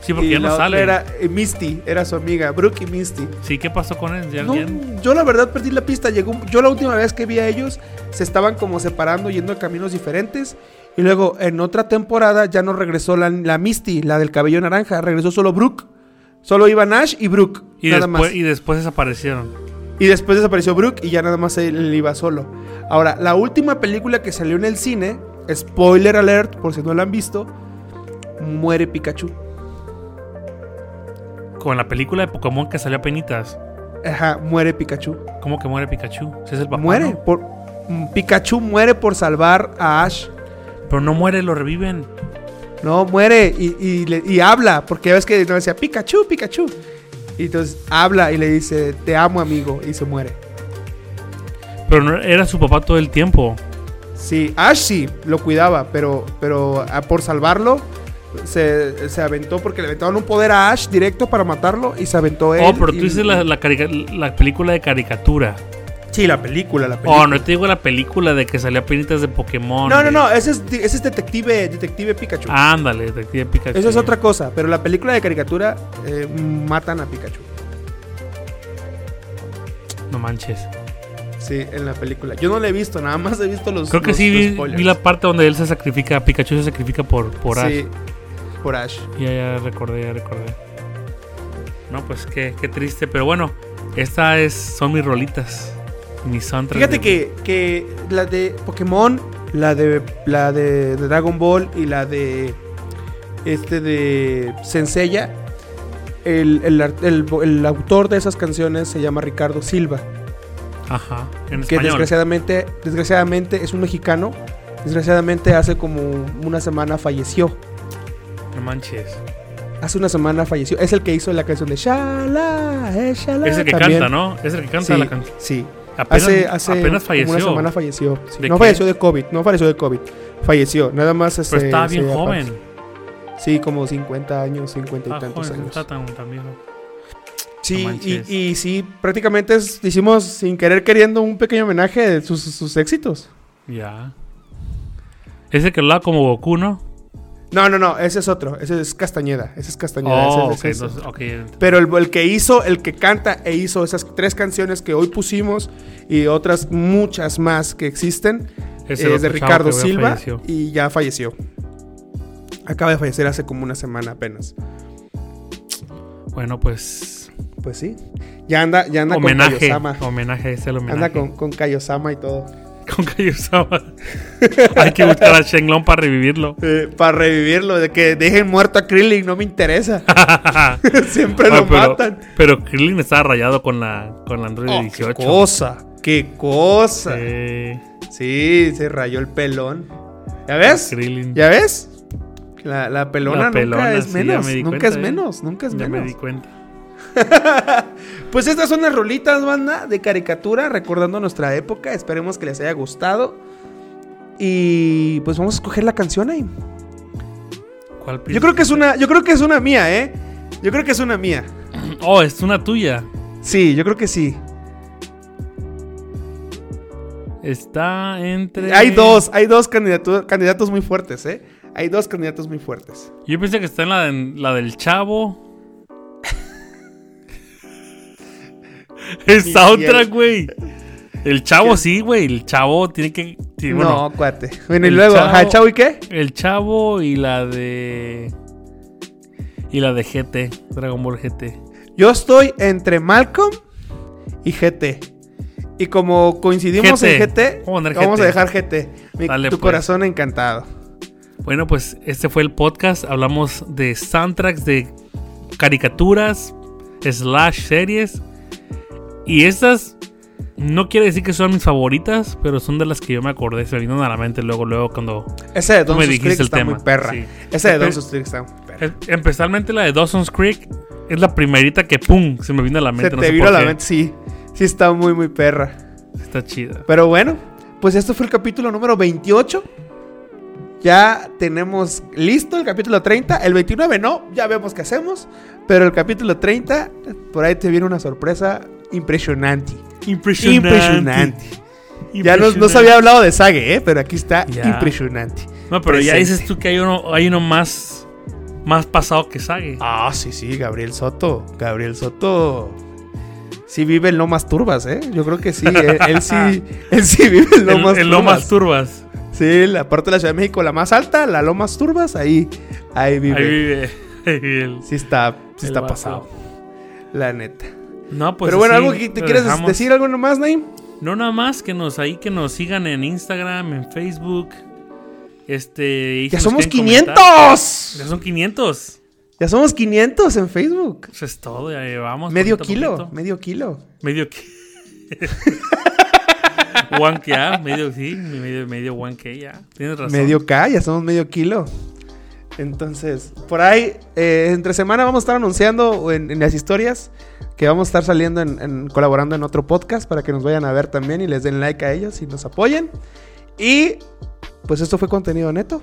Sí, porque y ya la no otra sale. era eh, Misty, era su amiga, Brooke y Misty. Sí, ¿qué pasó con él? ¿Ya No, alguien? yo la verdad perdí la pista. Llegó, un- yo la última vez que vi a ellos se estaban como separando, yendo a caminos diferentes. Y luego en otra temporada ya no regresó la, la Misty, la del cabello naranja. Regresó solo Brooke. Solo iba Nash y Brooke. Y, nada después, más. y después desaparecieron. Y después desapareció Brooke y ya nada más él, él iba solo. Ahora, la última película que salió en el cine, spoiler alert, por si no la han visto, muere Pikachu. Con la película de Pokémon que salió a penitas. Ajá, muere Pikachu. ¿Cómo que muere Pikachu? Si es el papá. muere ¿no? por mm, Pikachu muere por salvar a Ash. Pero no muere, lo reviven. No, muere y, y le- y habla, porque ya ves que no decía Pikachu, Pikachu. Y entonces habla y le dice, te amo amigo, y se muere. Pero no, era su papá todo el tiempo. Sí, Ash sí lo cuidaba, pero, pero ah, por salvarlo se, se aventó porque le aventaron un poder a Ash directo para matarlo y se aventó él. oh, pero y- tú dices la, la carica- la película de caricatura. Sí, la película, la película. Oh, no te digo la película de que salió a penitas de Pokémon. no, no, de- no, ese es, di- ese es detective, detective Pikachu. Ándale, Detective Pikachu. Esa es otra cosa, pero la película de caricatura eh, matan a Pikachu. No manches. Sí, en la película. Yo no la he visto, nada más he visto los. Creo que los- sí, los vi, spoilers. vi la parte donde él se sacrifica, Pikachu se sacrifica por, por Ash. Sí, por Ash. Ya, ya recordé, ya recordé. No, pues qué, qué triste, pero bueno, estas es, son mis rolitas. Mis soundtracks. Fíjate de- que, que la de Pokémon, la de la de, de Dragon Ball y la de este de Senseiya, el, el ar- el- el autor de esas canciones se llama Ricardo Silva, Ajá, en que español. desgraciadamente, desgraciadamente es un mexicano, desgraciadamente hace como una semana falleció. No manches. Hace una semana falleció. Es el que hizo la canción de Shala, eh, Shala. Es el que también. canta, ¿no? Es el que canta sí, la canción. Sí, Apenas, Hace, hace apenas como falleció. una semana falleció. sí. ¿De No qué? falleció de COVID, no falleció de COVID. Falleció, nada más. pero este, estaba bien se- joven. Sí, como 50 años, 50 y Estaba tantos joven, no años. está tan, tan viejo. Sí, No y, manches. y sí, prácticamente es- hicimos sin querer queriendo un pequeño homenaje de sus, sus- sus éxitos. Ya. Ese que hablaba como Goku, ¿no? No, no, no, ese es otro. Ese es Castañeda. Ese es Castañeda. Oh, ese- ese- ok, ese- entonces, ok, ent- Pero el, el que hizo, el que canta e hizo esas tres canciones que hoy pusimos y otras muchas más que existen Ese eh, es otro de chavo Ricardo que ya Silva falleció. y ya falleció. Acaba de fallecer hace como una semana apenas. Bueno, pues. Pues sí. Ya anda, ya anda con Homenaje. Kaiosama. Homenaje, ese es el homenaje. Anda con, con Kaiosama y todo. Con Kaiosama. Hay que buscar a Shenlong para revivirlo. Eh, para revivirlo, de que dejen muerto a Krillin, no me interesa. Siempre Ay, lo matan. Pero Krillin estaba rayado con la, con la Android Oh, qué 18. cosa, qué cosa. Sí. Sí, se rayó el pelón. ¿Ya ves? Krillin. ¿Ya ves? La, la pelona, La pelona, nunca es sí, ya menos. me di nunca cuenta, es eh. menos, nunca es ya me di menos. cuenta. Pues estas son las rolitas, banda, de caricatura, recordando nuestra época. Esperemos que les haya gustado. Y pues vamos a escoger la canción ahí. ¿Cuál Yo creo que es una, yo creo que es una mía, ¿eh? Yo creo que es una mía. Oh, es una tuya. Sí, yo creo que sí. Está entre. Hay dos, hay dos candidatu- candidatos muy fuertes, ¿eh? Hay dos candidatos muy fuertes. Yo pensé que está en la, en la del chavo. el soundtrack, güey. El chavo sí, güey. El chavo tiene que. tiene- bueno, no, cuate. Bueno, y el luego, chavo- ajá, chavo y qué? El chavo y la de. Y la de GT. Dragon Ball GT. Yo estoy entre Malcolm y GT. Y como coincidimos GT. en GT, Vamos a poner vamos GT. a dejar GT. Mi- Dale, tu pues. corazón encantado. Bueno, pues este fue el podcast. Hablamos de soundtracks, de caricaturas, slash series. Y estas no quiere decir que son mis favoritas, pero son de las que yo me acordé. Se me vinieron a la mente luego, luego cuando... Ese de Don me Sus dijiste Creek el está tema, muy perra. sí. Ese de Don Pero- Sus Creek está muy perra. Em- Especialmente la de Dawson's Creek. Es la primerita que, ¡pum!, se me vino a la mente. Se no te sé vino a por la qué. mente, sí. Sí está muy, muy perra. Está chida. Pero bueno, pues esto fue el capítulo número 28. Ya tenemos listo el capítulo 30. El 29 no, ya vemos qué hacemos. Pero el capítulo 30, por ahí te viene una sorpresa impresionante. Impresionante. Impresionante. Ya no, no se había hablado de Sage, ¿eh? pero aquí está Ya. impresionante. No, pero ya Presente. dices tú que hay uno, hay uno más, más pasado que Sage. Ah, sí, sí, Gabriel Soto. Gabriel Soto. Sí vive en Lomas Turbas, ¿eh? Yo creo que sí. Él, él sí, él sí vive en El- Lomas el Turbas. Lomas Turbas. sí, la parte de la Ciudad de México, la más alta, la Lomas Turbas, ahí, ahí vive. Ahí vive. Ahí vive el- Sí está, sí El está vato. pasado. La neta. No, pues Pero bueno, así algo que te lo quieres dejamos. decir algo nomás, Naim. No nada más que nos ahí que nos sigan en Instagram, en Facebook. Este, y Ya si nos somos quieren comentar. 500. Ya son 500. Ya somos 500 en Facebook. Eso es todo, ya llevamos Medio poquito a kilo, poquito. medio kilo. Medio kilo. One K, medio sí, medio medio one K ya. Tienes razón. Medio K, ya somos medio kilo. Entonces, por ahí, eh, entre semana vamos a estar anunciando en, en las historias que vamos a estar saliendo, en, en- colaborando en otro podcast para que nos vayan a ver también y les den like a ellos y nos apoyen. Y pues esto fue contenido neto.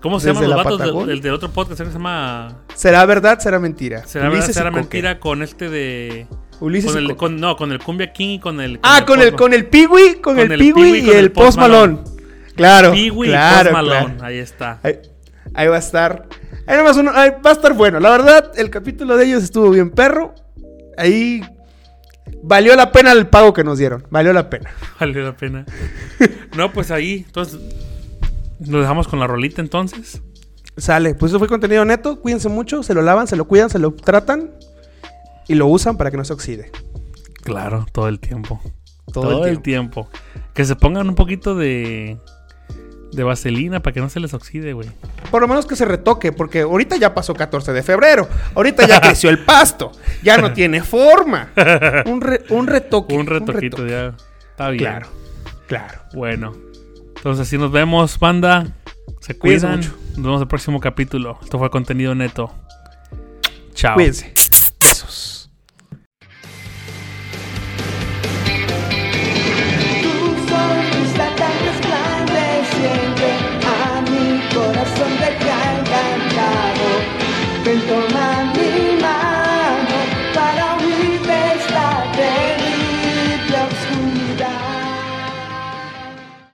¿Cómo se desde llaman los la vatos del, Patagonia. del- del otro podcast? Creo que Se llama ¿Será verdad? ¿Será mentira? Será verdad, Ulises y será Coque. mentira con este de Ulises con y el, Coque. con- no, con el Cumbia King y con el ah, con el, Post- con el Piwi, con, Con el, el Piwi Pee-wee, y con el el Post Post Malone. Claro, Peewee y claro, Post Malone, claro. ahí está. Ahí, ahí va a estar. Ahí nomás uno- ahí va a estar bueno. La verdad, el capítulo de ellos estuvo bien perro. Ahí Valió la pena el pago que nos dieron. Valió la pena. Vale la pena. No, pues ahí. Entonces, lo dejamos con la rolita entonces. Sale. Pues eso fue contenido neto. Cuídense mucho. Se lo lavan, se lo cuidan, se lo tratan. Y lo usan para que no se oxide. Claro, todo el tiempo. Todo, el tiempo. Que se pongan un poquito de. De vaselina para que no se les oxide, güey. Por lo menos que se retoque, porque ahorita ya pasó 14 de febrero. Ahorita ya creció el pasto. Ya no tiene forma. Un, re- un retoque. Un retoquito retoque. ya. Está bien. Claro. Claro. Bueno. Entonces así nos vemos, banda. Se Cuídense cuidan. mucho. Nos vemos en el próximo capítulo. Esto fue contenido neto. Chao. Cuídense.